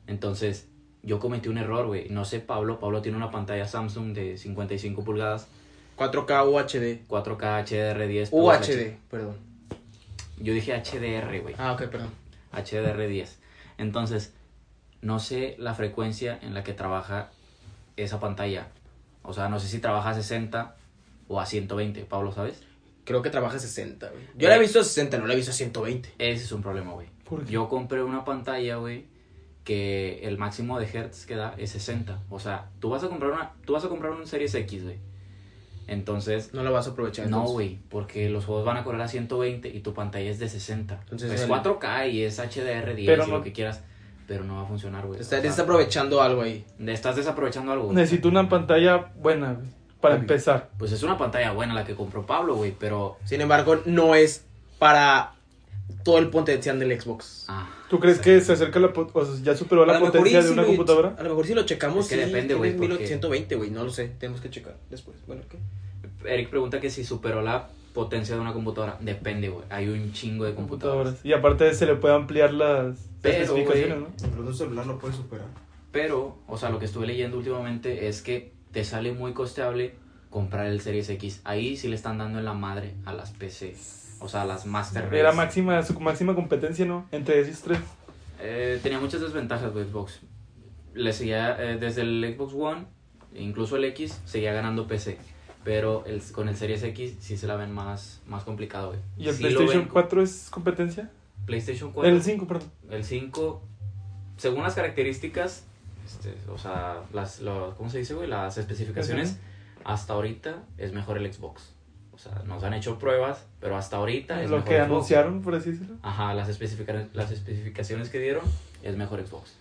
Speaker 3: Entonces, yo cometí un error, güey. No sé, Pablo. Pablo tiene una pantalla Samsung de 55 pulgadas,
Speaker 1: 4K UHD.
Speaker 3: 4K HDR10. Plus Uh, H-
Speaker 1: UHD, perdón.
Speaker 3: Yo dije HDR, güey.
Speaker 1: Ah, ok, perdón.
Speaker 3: HDR10. Entonces, no sé la frecuencia en la que trabaja esa pantalla. O sea, no sé si trabaja a 60 o a 120, Pablo, ¿sabes?
Speaker 1: Creo que trabaja 60, güey. Yo la he visto a 60, no la he visto a 120.
Speaker 3: Ese es un problema, güey.
Speaker 2: ¿Por qué?
Speaker 3: Yo compré una pantalla, güey, que el máximo de hertz que da es 60. O sea, tú vas a comprar una, tú vas a comprar un Series X, güey. Entonces,
Speaker 1: No la vas a aprovechar.
Speaker 3: no,
Speaker 1: entonces.
Speaker 3: güey, porque los juegos van a correr a 120 y tu pantalla es de 60.
Speaker 1: Entonces,
Speaker 3: es
Speaker 1: vale.
Speaker 3: 4K y es HDR10
Speaker 2: Pero
Speaker 3: y
Speaker 2: no-
Speaker 3: lo que quieras, pero no va a funcionar, güey.
Speaker 1: Te
Speaker 3: O
Speaker 1: está-
Speaker 3: sea,
Speaker 1: te está aprovechando algo ahí.
Speaker 3: estás desaprovechando algo. güey.
Speaker 2: Necesito una pantalla buena, güey. Para
Speaker 1: Ok.
Speaker 2: empezar.
Speaker 3: Pues es una pantalla buena la que compró Pablo, güey, pero
Speaker 1: Sin embargo, no es para todo el potencial del Xbox.
Speaker 3: ah,
Speaker 2: ¿Tú crees que se acerca la pot- o sea, ya superó la
Speaker 1: mejor
Speaker 2: potencia
Speaker 1: y
Speaker 2: de
Speaker 1: si
Speaker 2: una
Speaker 1: lo-
Speaker 2: computadora?
Speaker 1: A lo mejor si lo checamos,
Speaker 3: Es que
Speaker 1: sí,
Speaker 3: depende, güey,
Speaker 1: tiene
Speaker 3: porque-
Speaker 1: 1120, güey, no lo sé, tenemos que checar después. Bueno, ¿qué?
Speaker 3: Eric pregunta que si superó la potencia de una computadora. Depende, güey. Hay un chingo de computadoras.
Speaker 2: Computadoras. Y aparte se le puede ampliar las
Speaker 3: Pero,
Speaker 2: especificaciones,
Speaker 3: güey,
Speaker 2: ¿no?
Speaker 1: Incluso un celular lo puede superar.
Speaker 3: Pero, o sea, lo que estuve leyendo últimamente es que te sale muy costeable comprar el Series X. Ahí sí le están dando en la madre a las PC. O sea, a las Master
Speaker 2: Era
Speaker 3: Race.
Speaker 2: máxima, su máxima competencia, ¿no? Entre esos tres.
Speaker 3: Eh, tenía muchas desventajas, güey, Xbox. Le seguía, eh, desde el Xbox One, incluso el X, seguía ganando PC. Pero el- con el Series X sí se la ven más, más complicado, güey.
Speaker 2: ¿Y el
Speaker 3: Sí lo
Speaker 2: PlayStation
Speaker 3: ven-
Speaker 2: 4 es competencia?
Speaker 3: PlayStation 4.
Speaker 2: El 5, perdón.
Speaker 3: El 5, según las características, este, o sea, las, lo- ¿cómo se dice, güey? Las especificaciones, hasta ahorita es mejor el Xbox. O sea, nos han hecho pruebas, pero hasta ahorita Ah, es
Speaker 2: Lo
Speaker 3: mejor
Speaker 2: que
Speaker 3: Xbox.
Speaker 2: anunciaron, por así decirlo.
Speaker 3: Ajá, las, especifica- las especificaciones que dieron es mejor Xbox.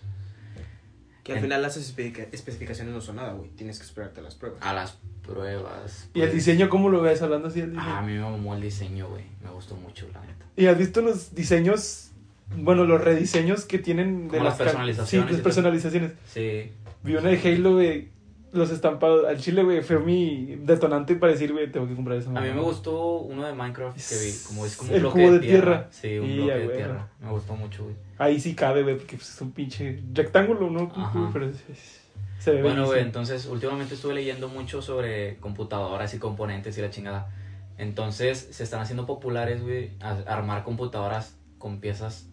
Speaker 1: Que al
Speaker 3: En-
Speaker 1: final las especifica- especificaciones no son nada, güey. Tienes que esperarte a las pruebas.
Speaker 3: A las pruebas.
Speaker 2: ¿Y el
Speaker 3: pues,
Speaker 2: diseño cómo lo ves hablando así del diseño?
Speaker 3: Ah, a mí me mamó el diseño, güey. Me gustó mucho, la neta.
Speaker 2: ¿Y has visto los diseños? Bueno, los rediseños que tienen de
Speaker 3: Como las
Speaker 2: ca-
Speaker 3: personalizaciones
Speaker 2: Sí,
Speaker 3: y
Speaker 2: las
Speaker 3: todo.
Speaker 2: personalizaciones.
Speaker 3: Sí.
Speaker 2: Vi una de Halo, güey. Los estampados. Al chile, güey, fue mi detonante para decir, güey, tengo que comprar esa
Speaker 3: A mí
Speaker 2: mamá.
Speaker 3: me gustó uno de Minecraft que vi. Como es como un
Speaker 2: Mm. El
Speaker 3: bloque
Speaker 2: cubo
Speaker 3: de
Speaker 2: de
Speaker 3: tierra.
Speaker 2: tierra.
Speaker 3: Sí, un
Speaker 2: Y
Speaker 3: bloque
Speaker 2: ya,
Speaker 3: de
Speaker 2: güey.
Speaker 3: tierra. Me gustó mucho, güey.
Speaker 2: Ahí sí cabe, güey, porque pues, es un pinche rectángulo, ¿no?
Speaker 3: Ajá.
Speaker 2: Pero es- es- se ve
Speaker 3: Bueno, güey,
Speaker 2: bellísimo.
Speaker 3: entonces últimamente estuve leyendo mucho sobre computadoras y componentes y la chingada. Entonces se están haciendo populares, güey, a- armar computadoras con piezas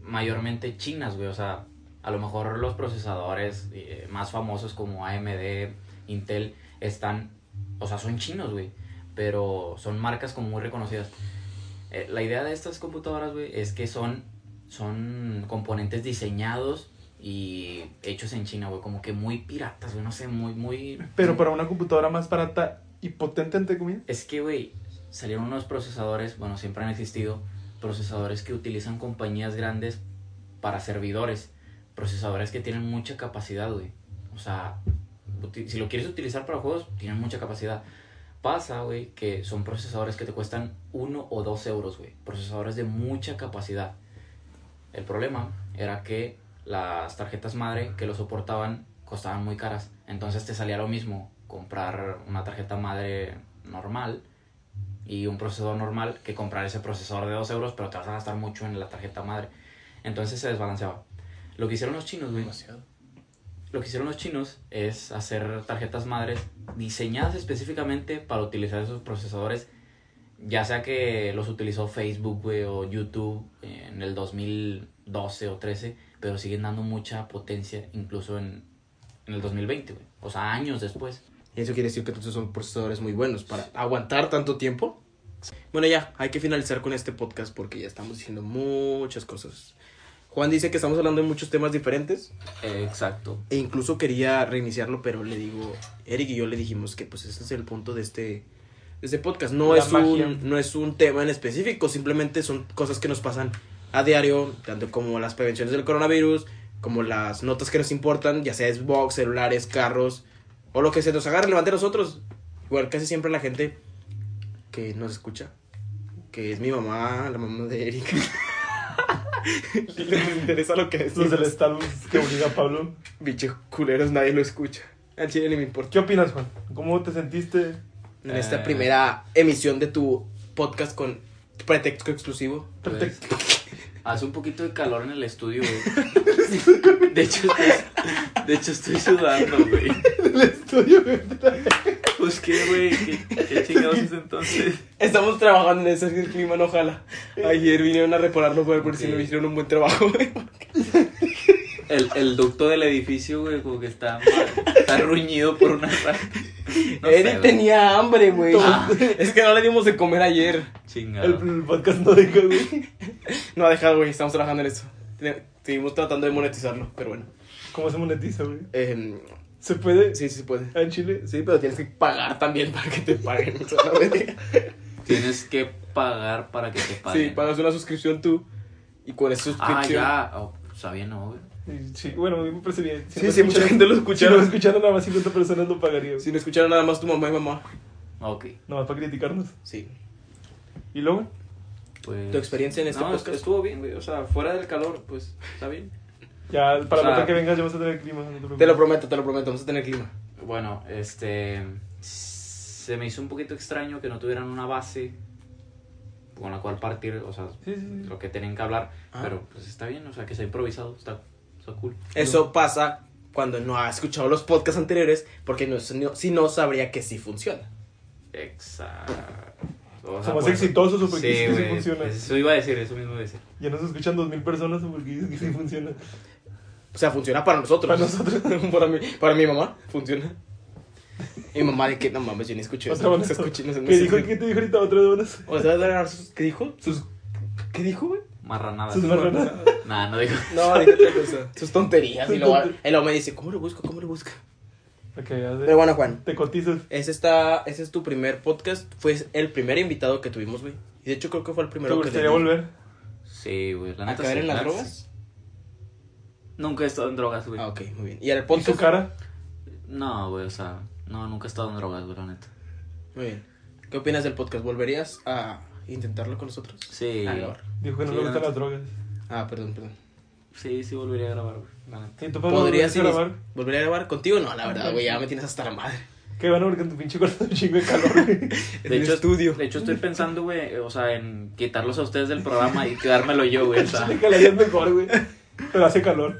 Speaker 3: mayormente chinas, güey. O sea, a lo mejor los procesadores eh, más famosos como AMD, Intel, están, o sea, son chinos, güey. Pero son marcas como muy reconocidas. Eh, la idea de estas computadoras, güey, es que son, son componentes diseñados y hechos en China, güey, como que muy piratas, güey, no sé, muy, muy...
Speaker 2: Pero para una computadora más barata y potente, entre comillas.
Speaker 3: Es que, güey, salieron unos procesadores, bueno, siempre han existido, procesadores que utilizan compañías grandes para servidores, procesadores que tienen mucha capacidad, güey. O sea, uti- si lo quieres utilizar para juegos, tienen mucha capacidad. Pasa, güey, que son procesadores que te cuestan uno o dos euros, güey. Procesadores de mucha capacidad. El problema era que las tarjetas madre que lo soportaban costaban muy caras. Entonces te salía lo mismo comprar una tarjeta madre normal y un procesador normal que comprar ese procesador de 2 euros, pero te vas a gastar mucho en la tarjeta madre. Entonces se desbalanceaba. Lo que hicieron los chinos, güey,
Speaker 1: Demasiado.
Speaker 3: lo que hicieron los chinos es hacer tarjetas madres diseñadas específicamente para utilizar esos procesadores, ya sea que los utilizó Facebook güey, o YouTube eh, en el 2012 o 13, pero siguen dando mucha potencia incluso en, en el 2020, güey. o sea, años después.
Speaker 1: Y eso quiere decir que entonces son procesadores muy buenos para aguantar tanto tiempo. Bueno, ya, hay que finalizar con este podcast porque ya estamos diciendo muchas cosas. Juan dice que estamos hablando de muchos temas diferentes
Speaker 3: Exacto.
Speaker 1: e incluso quería reiniciarlo, pero le digo, Eric y yo le dijimos que pues ese es el punto de este, de este podcast. No
Speaker 2: La
Speaker 1: es,
Speaker 2: magia.
Speaker 1: un, no es un tema en específico, simplemente son cosas que nos pasan a diario, tanto como las prevenciones del coronavirus, como las notas que nos importan, ya sea Xbox, celulares, carros, o lo que se nos agarre, levante nosotros. Igual casi siempre la gente que nos escucha, que es mi mamá, la mamá de Eric. Les interesa lo que es
Speaker 2: Los del Starbucks que obliga a Pablo.
Speaker 1: Bichos culeros, nadie lo escucha. Al chile ni me importa.
Speaker 2: ¿Qué opinas, Juan? ¿Cómo te sentiste?
Speaker 1: En
Speaker 3: Eh.
Speaker 1: esta primera emisión de tu podcast con pretexto exclusivo.
Speaker 3: Pues, hace un poquito de calor en el estudio, güey. De hecho, estoy, de hecho estoy sudando, güey. Pues qué, güey, qué, qué chingados es entonces.
Speaker 1: Estamos trabajando en ese el clima, no ojalá. Ayer vinieron a repararlo, güey, porque si
Speaker 3: Ok.
Speaker 1: no hicieron un buen trabajo, güey.
Speaker 3: El, el ducto del edificio, güey, como que está, mal- está ruñido por una rata. No sé,
Speaker 1: Eric
Speaker 3: güey.
Speaker 1: tenía hambre, güey. Es que no le dimos de comer ayer. Ah.
Speaker 3: Chingado.
Speaker 2: El, el podcast no deja, güey.
Speaker 1: No ha dejado, güey, estamos trabajando en eso. Te- Seguimos tratando de monetizarlo, pero bueno.
Speaker 2: ¿Cómo se monetiza, güey?
Speaker 1: Em,
Speaker 2: ¿Se puede? Ah,
Speaker 1: sí, sí se puede.
Speaker 2: ¿En Chile?
Speaker 1: Sí, pero tienes que pagar también para que te paguen. o sea, no me-
Speaker 3: Tienes que pagar para que te paguen.
Speaker 1: Sí, pagas una suscripción tú y con esa
Speaker 3: Ah,
Speaker 1: suscripción.
Speaker 3: ya. Oh, sabía, no, güey.
Speaker 2: Sí, bueno, a mí me parece bien.
Speaker 1: Sí,
Speaker 2: lo
Speaker 1: sí, mucha
Speaker 2: escucharon-
Speaker 1: gente lo escucharon.
Speaker 2: Si lo escucharon, nada más 50 personas lo pagarían.
Speaker 1: Si no escucharon nada más tu mamá y mamá.
Speaker 3: Ok.
Speaker 2: Nada más para criticarnos.
Speaker 1: Sí.
Speaker 2: ¿Y luego?
Speaker 3: Pues...
Speaker 1: ¿Tu experiencia en este
Speaker 3: No,
Speaker 1: podcast?
Speaker 3: estuvo bien, güey. O sea, fuera del calor, pues, está bien.
Speaker 2: Ya, para
Speaker 3: O sea,
Speaker 2: la otra que vengas ya vas a tener clima. no
Speaker 1: Te lo
Speaker 2: preocupes.
Speaker 1: prometo, te lo prometo, vamos a tener clima.
Speaker 3: Bueno, este. Se me hizo un poquito extraño que no tuvieran una base con la cual partir, o sea,
Speaker 2: Sí, sí, sí.
Speaker 3: lo que tienen que hablar.
Speaker 1: Ah.
Speaker 3: Pero pues está bien, o sea, que se ha improvisado, está, está cool.
Speaker 1: Eso pasa cuando no has escuchado los podcasts anteriores, porque no, si no sabría que sí funciona.
Speaker 3: Exacto.
Speaker 2: Somos exitosos, o porque sí, sí funciona.
Speaker 3: pues, Eso iba a decir, eso mismo iba a decir.
Speaker 2: Ya nos escuchan 2.000 personas o porque dices que sí funciona.
Speaker 1: O sea, funciona para nosotros.
Speaker 2: Para nosotros.
Speaker 1: para, mi, para mi mamá, funciona. Mi mamá de que, no mames, yo ni escuché
Speaker 2: Otra
Speaker 1: eso. No
Speaker 2: vez.
Speaker 1: se escuché, no se
Speaker 2: ¿Qué dijo? ¿Qué te dijo ahorita? Otra vez.
Speaker 1: O sea, dar sus- ¿qué dijo? Sus- ¿Qué dijo, güey? Ah,
Speaker 3: Marranada.
Speaker 2: Sus marranadas.
Speaker 3: Nada, no digo.
Speaker 1: No, dije otra cosa. Sus tonterías.
Speaker 2: Sus
Speaker 1: y luego,
Speaker 2: tonter-
Speaker 1: y luego me dice, ¿cómo lo busco? ¿Cómo lo busco?
Speaker 2: Para que veas de-
Speaker 1: Pero bueno, Juan,
Speaker 2: te cotizas.
Speaker 1: ese, está, ese es tu primer podcast. Fue el primer invitado que tuvimos, güey. Y de hecho creo que fue el
Speaker 2: ¿Te
Speaker 1: primero que...
Speaker 2: gustaría volver?
Speaker 3: Sí, güey. La
Speaker 1: ¿A
Speaker 3: neta
Speaker 1: caer
Speaker 3: sí,
Speaker 1: en las
Speaker 3: la neta
Speaker 1: drogas?
Speaker 3: sí. Nunca he estado en drogas, güey.
Speaker 1: Ah, ok, muy bien. Y al
Speaker 2: ¿Y
Speaker 1: podcast...
Speaker 2: su cara?
Speaker 3: No, güey, o sea, no, nunca he estado en drogas, güey, la neta.
Speaker 1: Muy bien. ¿Qué opinas del podcast? ¿Volverías a intentarlo con nosotros?
Speaker 3: Sí.
Speaker 1: A grabar.
Speaker 2: Dijo que no
Speaker 3: Sí,
Speaker 2: le
Speaker 3: la
Speaker 2: gustan
Speaker 3: neta.
Speaker 2: las drogas.
Speaker 1: Ah, perdón, perdón.
Speaker 3: Sí, sí volvería a grabar, güey, la neta.
Speaker 2: ¿Y tú Pablo,
Speaker 1: ¿Podrías
Speaker 2: volverías a
Speaker 1: inici-
Speaker 2: grabar?
Speaker 1: volver a grabar contigo? No, la verdad, güey, ya me tienes hasta la madre.
Speaker 2: Que van a porque en tu pinche cuarto un chingo de calor. güey.
Speaker 1: En el estudio.
Speaker 3: De hecho, estoy pensando, güey, o sea, en quitarlos a ustedes del programa y quedármelo yo, güey, o sea,
Speaker 2: Te calarías mejor, güey. Pero hace calor.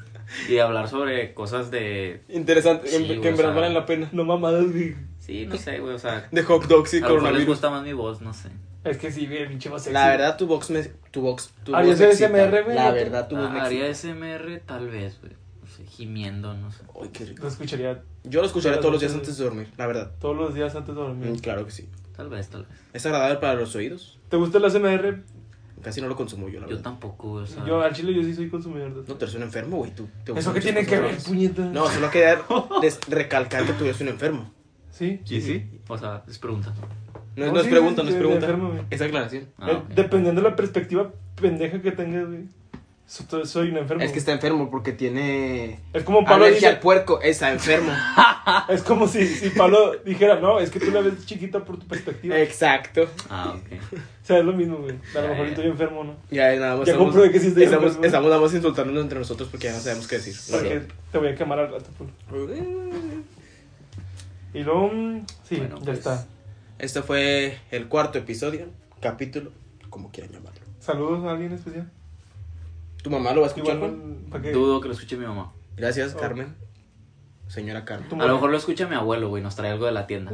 Speaker 3: y hablar sobre cosas de...
Speaker 1: Interesante,
Speaker 3: Sí,
Speaker 1: en-
Speaker 3: güey,
Speaker 1: que en verdad
Speaker 3: o sea-
Speaker 1: valen la pena.
Speaker 2: No mamadas, güey.
Speaker 3: Sí, no sé, güey, o sea,
Speaker 1: De hot dogs y
Speaker 3: a lo mejor les
Speaker 1: coronavirus.
Speaker 3: gusta más mi voz, no sé.
Speaker 2: Es que sí, güey, pinche más sexy.
Speaker 1: La verdad, tu box me. Tu box. Tu
Speaker 2: Ah,
Speaker 1: voz
Speaker 2: yo soy
Speaker 1: me excita.
Speaker 2: SMR, güey,
Speaker 1: La
Speaker 2: yo te-
Speaker 1: verdad, tu voz me
Speaker 3: Ah, Haría
Speaker 1: excita.
Speaker 3: SMR tal vez, güey, no sé, gimiendo, no sé.
Speaker 1: Ay, qué rico.
Speaker 2: Lo escucharía
Speaker 1: Yo lo escucharé
Speaker 2: Pero
Speaker 1: todos los días
Speaker 2: muchas-
Speaker 1: antes de dormir, la verdad.
Speaker 2: todos los días antes de
Speaker 1: Mm,
Speaker 2: dormir.
Speaker 1: claro que sí.
Speaker 3: Tal vez, tal vez.
Speaker 1: Es agradable para los oídos.
Speaker 2: ¿Te gusta el ASMR?
Speaker 1: Casi no lo consumo yo, la
Speaker 3: Yo
Speaker 1: verdad.
Speaker 3: tampoco, güey, o sea...
Speaker 2: Yo al chile yo sí soy consumidor de
Speaker 1: No, te eres un enfermo, güey. Tú, te
Speaker 2: ¿Eso
Speaker 1: gustan
Speaker 2: qué
Speaker 1: muchas
Speaker 2: tiene que
Speaker 1: cosas
Speaker 2: ver,
Speaker 1: raras.
Speaker 2: puñeta?
Speaker 1: No, solo quería des- recalcar que tú eres un enfermo.
Speaker 2: ¿Sí?
Speaker 3: ¿Y sí? O sea, es pregunta.
Speaker 1: No,
Speaker 2: No,
Speaker 1: no es
Speaker 2: sí,
Speaker 1: pregunta, no
Speaker 2: sí,
Speaker 1: es
Speaker 2: de enfermo,
Speaker 1: pregunta.
Speaker 2: güey.
Speaker 1: Esa aclaración.
Speaker 3: Ah,
Speaker 2: Eh,
Speaker 3: ok.
Speaker 2: Dependiendo de la perspectiva pendeja que tengas, güey. so- Soy un enfermo.
Speaker 1: Es que
Speaker 2: güey.
Speaker 1: está enfermo porque tiene.
Speaker 2: Es como Pablo
Speaker 1: Alergia
Speaker 2: dice,
Speaker 1: al puerco, está enfermo.
Speaker 2: es como si, si Pablo dijera, no, es que tú la ves chiquita por tu perspectiva.
Speaker 1: Exacto.
Speaker 3: Ah, ok.
Speaker 2: O sea, es lo mismo, güey. A lo
Speaker 3: Ya,
Speaker 2: mejor
Speaker 3: ya.
Speaker 2: estoy enfermo, ¿no?
Speaker 1: Ya nada más.
Speaker 2: Ya
Speaker 1: estamos-
Speaker 2: comprobé que sí estoy
Speaker 1: estamos,
Speaker 2: enfermo.
Speaker 1: estamos nada más insultándonos entre nosotros porque ya no sabemos qué decir. la
Speaker 2: Porque te voy a quemar al rato, Pablo.
Speaker 1: verdad.
Speaker 2: Y luego, mm, sí,
Speaker 3: Bueno,
Speaker 2: ya
Speaker 3: pues.
Speaker 2: está.
Speaker 1: Este fue el cuarto episodio, capítulo, como quieran llamarlo.
Speaker 2: Saludos a alguien especial.
Speaker 1: ¿Tu mamá lo va a escuchar, Juan?
Speaker 2: ¿para qué?
Speaker 3: Dudo que lo escuche mi mamá.
Speaker 1: Gracias,
Speaker 2: Oh.
Speaker 1: Carmen. Señora Carmen.
Speaker 2: Tu
Speaker 3: A
Speaker 2: mamá.
Speaker 3: lo mejor lo escucha mi abuelo, güey, nos trae algo de la tienda.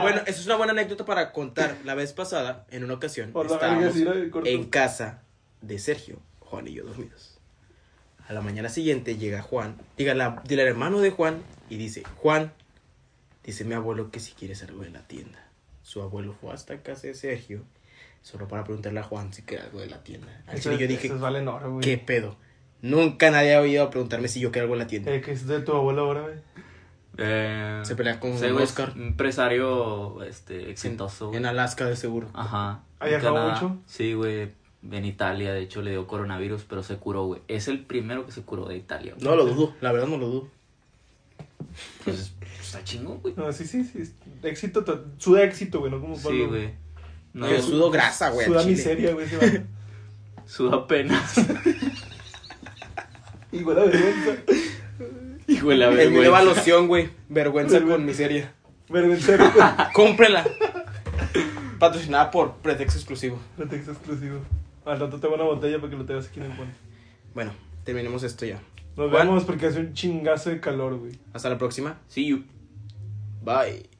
Speaker 1: Bueno, esa es una buena anécdota para contar. La vez pasada, en una ocasión,
Speaker 2: Por la verga,
Speaker 1: estábamos
Speaker 2: sí, la de corto.
Speaker 1: en casa de Sergio, Juan y yo dormidos. A la mañana siguiente llega Juan, diga la, el hermano de Juan, y dice, Juan, dice mi abuelo que si quieres algo de la tienda. Su abuelo fue hasta casa de Sergio, solo para preguntarle a Juan si quería algo de la tienda. Al
Speaker 2: Eso-
Speaker 1: chile yo dije,
Speaker 2: esos valen oro, güey.
Speaker 1: ¿Qué pedo? Nunca nadie ha oído a preguntarme si yo quiero algo en la tienda.
Speaker 2: Eh, que es de tu abuelo ahora, güey.
Speaker 3: Eh,
Speaker 1: Se pelea con
Speaker 3: ese güey es
Speaker 1: Oscar.
Speaker 3: un empresario este,
Speaker 1: En,
Speaker 3: exitoso. güey.
Speaker 1: en Alaska, de seguro.
Speaker 3: Ajá.
Speaker 2: ¿Ha
Speaker 3: En
Speaker 2: viajado
Speaker 3: Canadá.
Speaker 2: mucho?
Speaker 3: Sí, güey. En Italia, de hecho, le dio coronavirus, pero se curó, güey. Es el primero que se curó de Italia. güey.
Speaker 1: No lo dudo, la verdad no lo dudo.
Speaker 3: Entonces, pues, está chingón, güey.
Speaker 2: No, sí, sí, sí. Éxito, to- suda éxito, güey, no como Pablo.
Speaker 3: Sí, güey. No,
Speaker 1: Yo sudo grasa, Ah, güey. al
Speaker 2: Suda
Speaker 1: chile.
Speaker 2: miseria, güey. ese vato.
Speaker 3: suda apenas.
Speaker 2: Igual a vergüenza.
Speaker 3: y huele a
Speaker 1: El mío va
Speaker 3: vergüenza.
Speaker 1: loción, güey. Vergüenza
Speaker 2: Vergüenza.
Speaker 1: con miseria.
Speaker 2: Vergüenza, güey.
Speaker 3: Ah,
Speaker 1: Cómprela. Patrocinada por pretexto exclusivo.
Speaker 2: Pretexto exclusivo. Al rato tengo una botella para que lo tengas aquí en el cuento.
Speaker 1: Bueno, terminemos esto ya.
Speaker 2: Nos
Speaker 1: Juan.
Speaker 2: vemos porque hace un chingazo de calor, güey.
Speaker 1: Hasta la próxima.
Speaker 3: See you.
Speaker 1: Bye.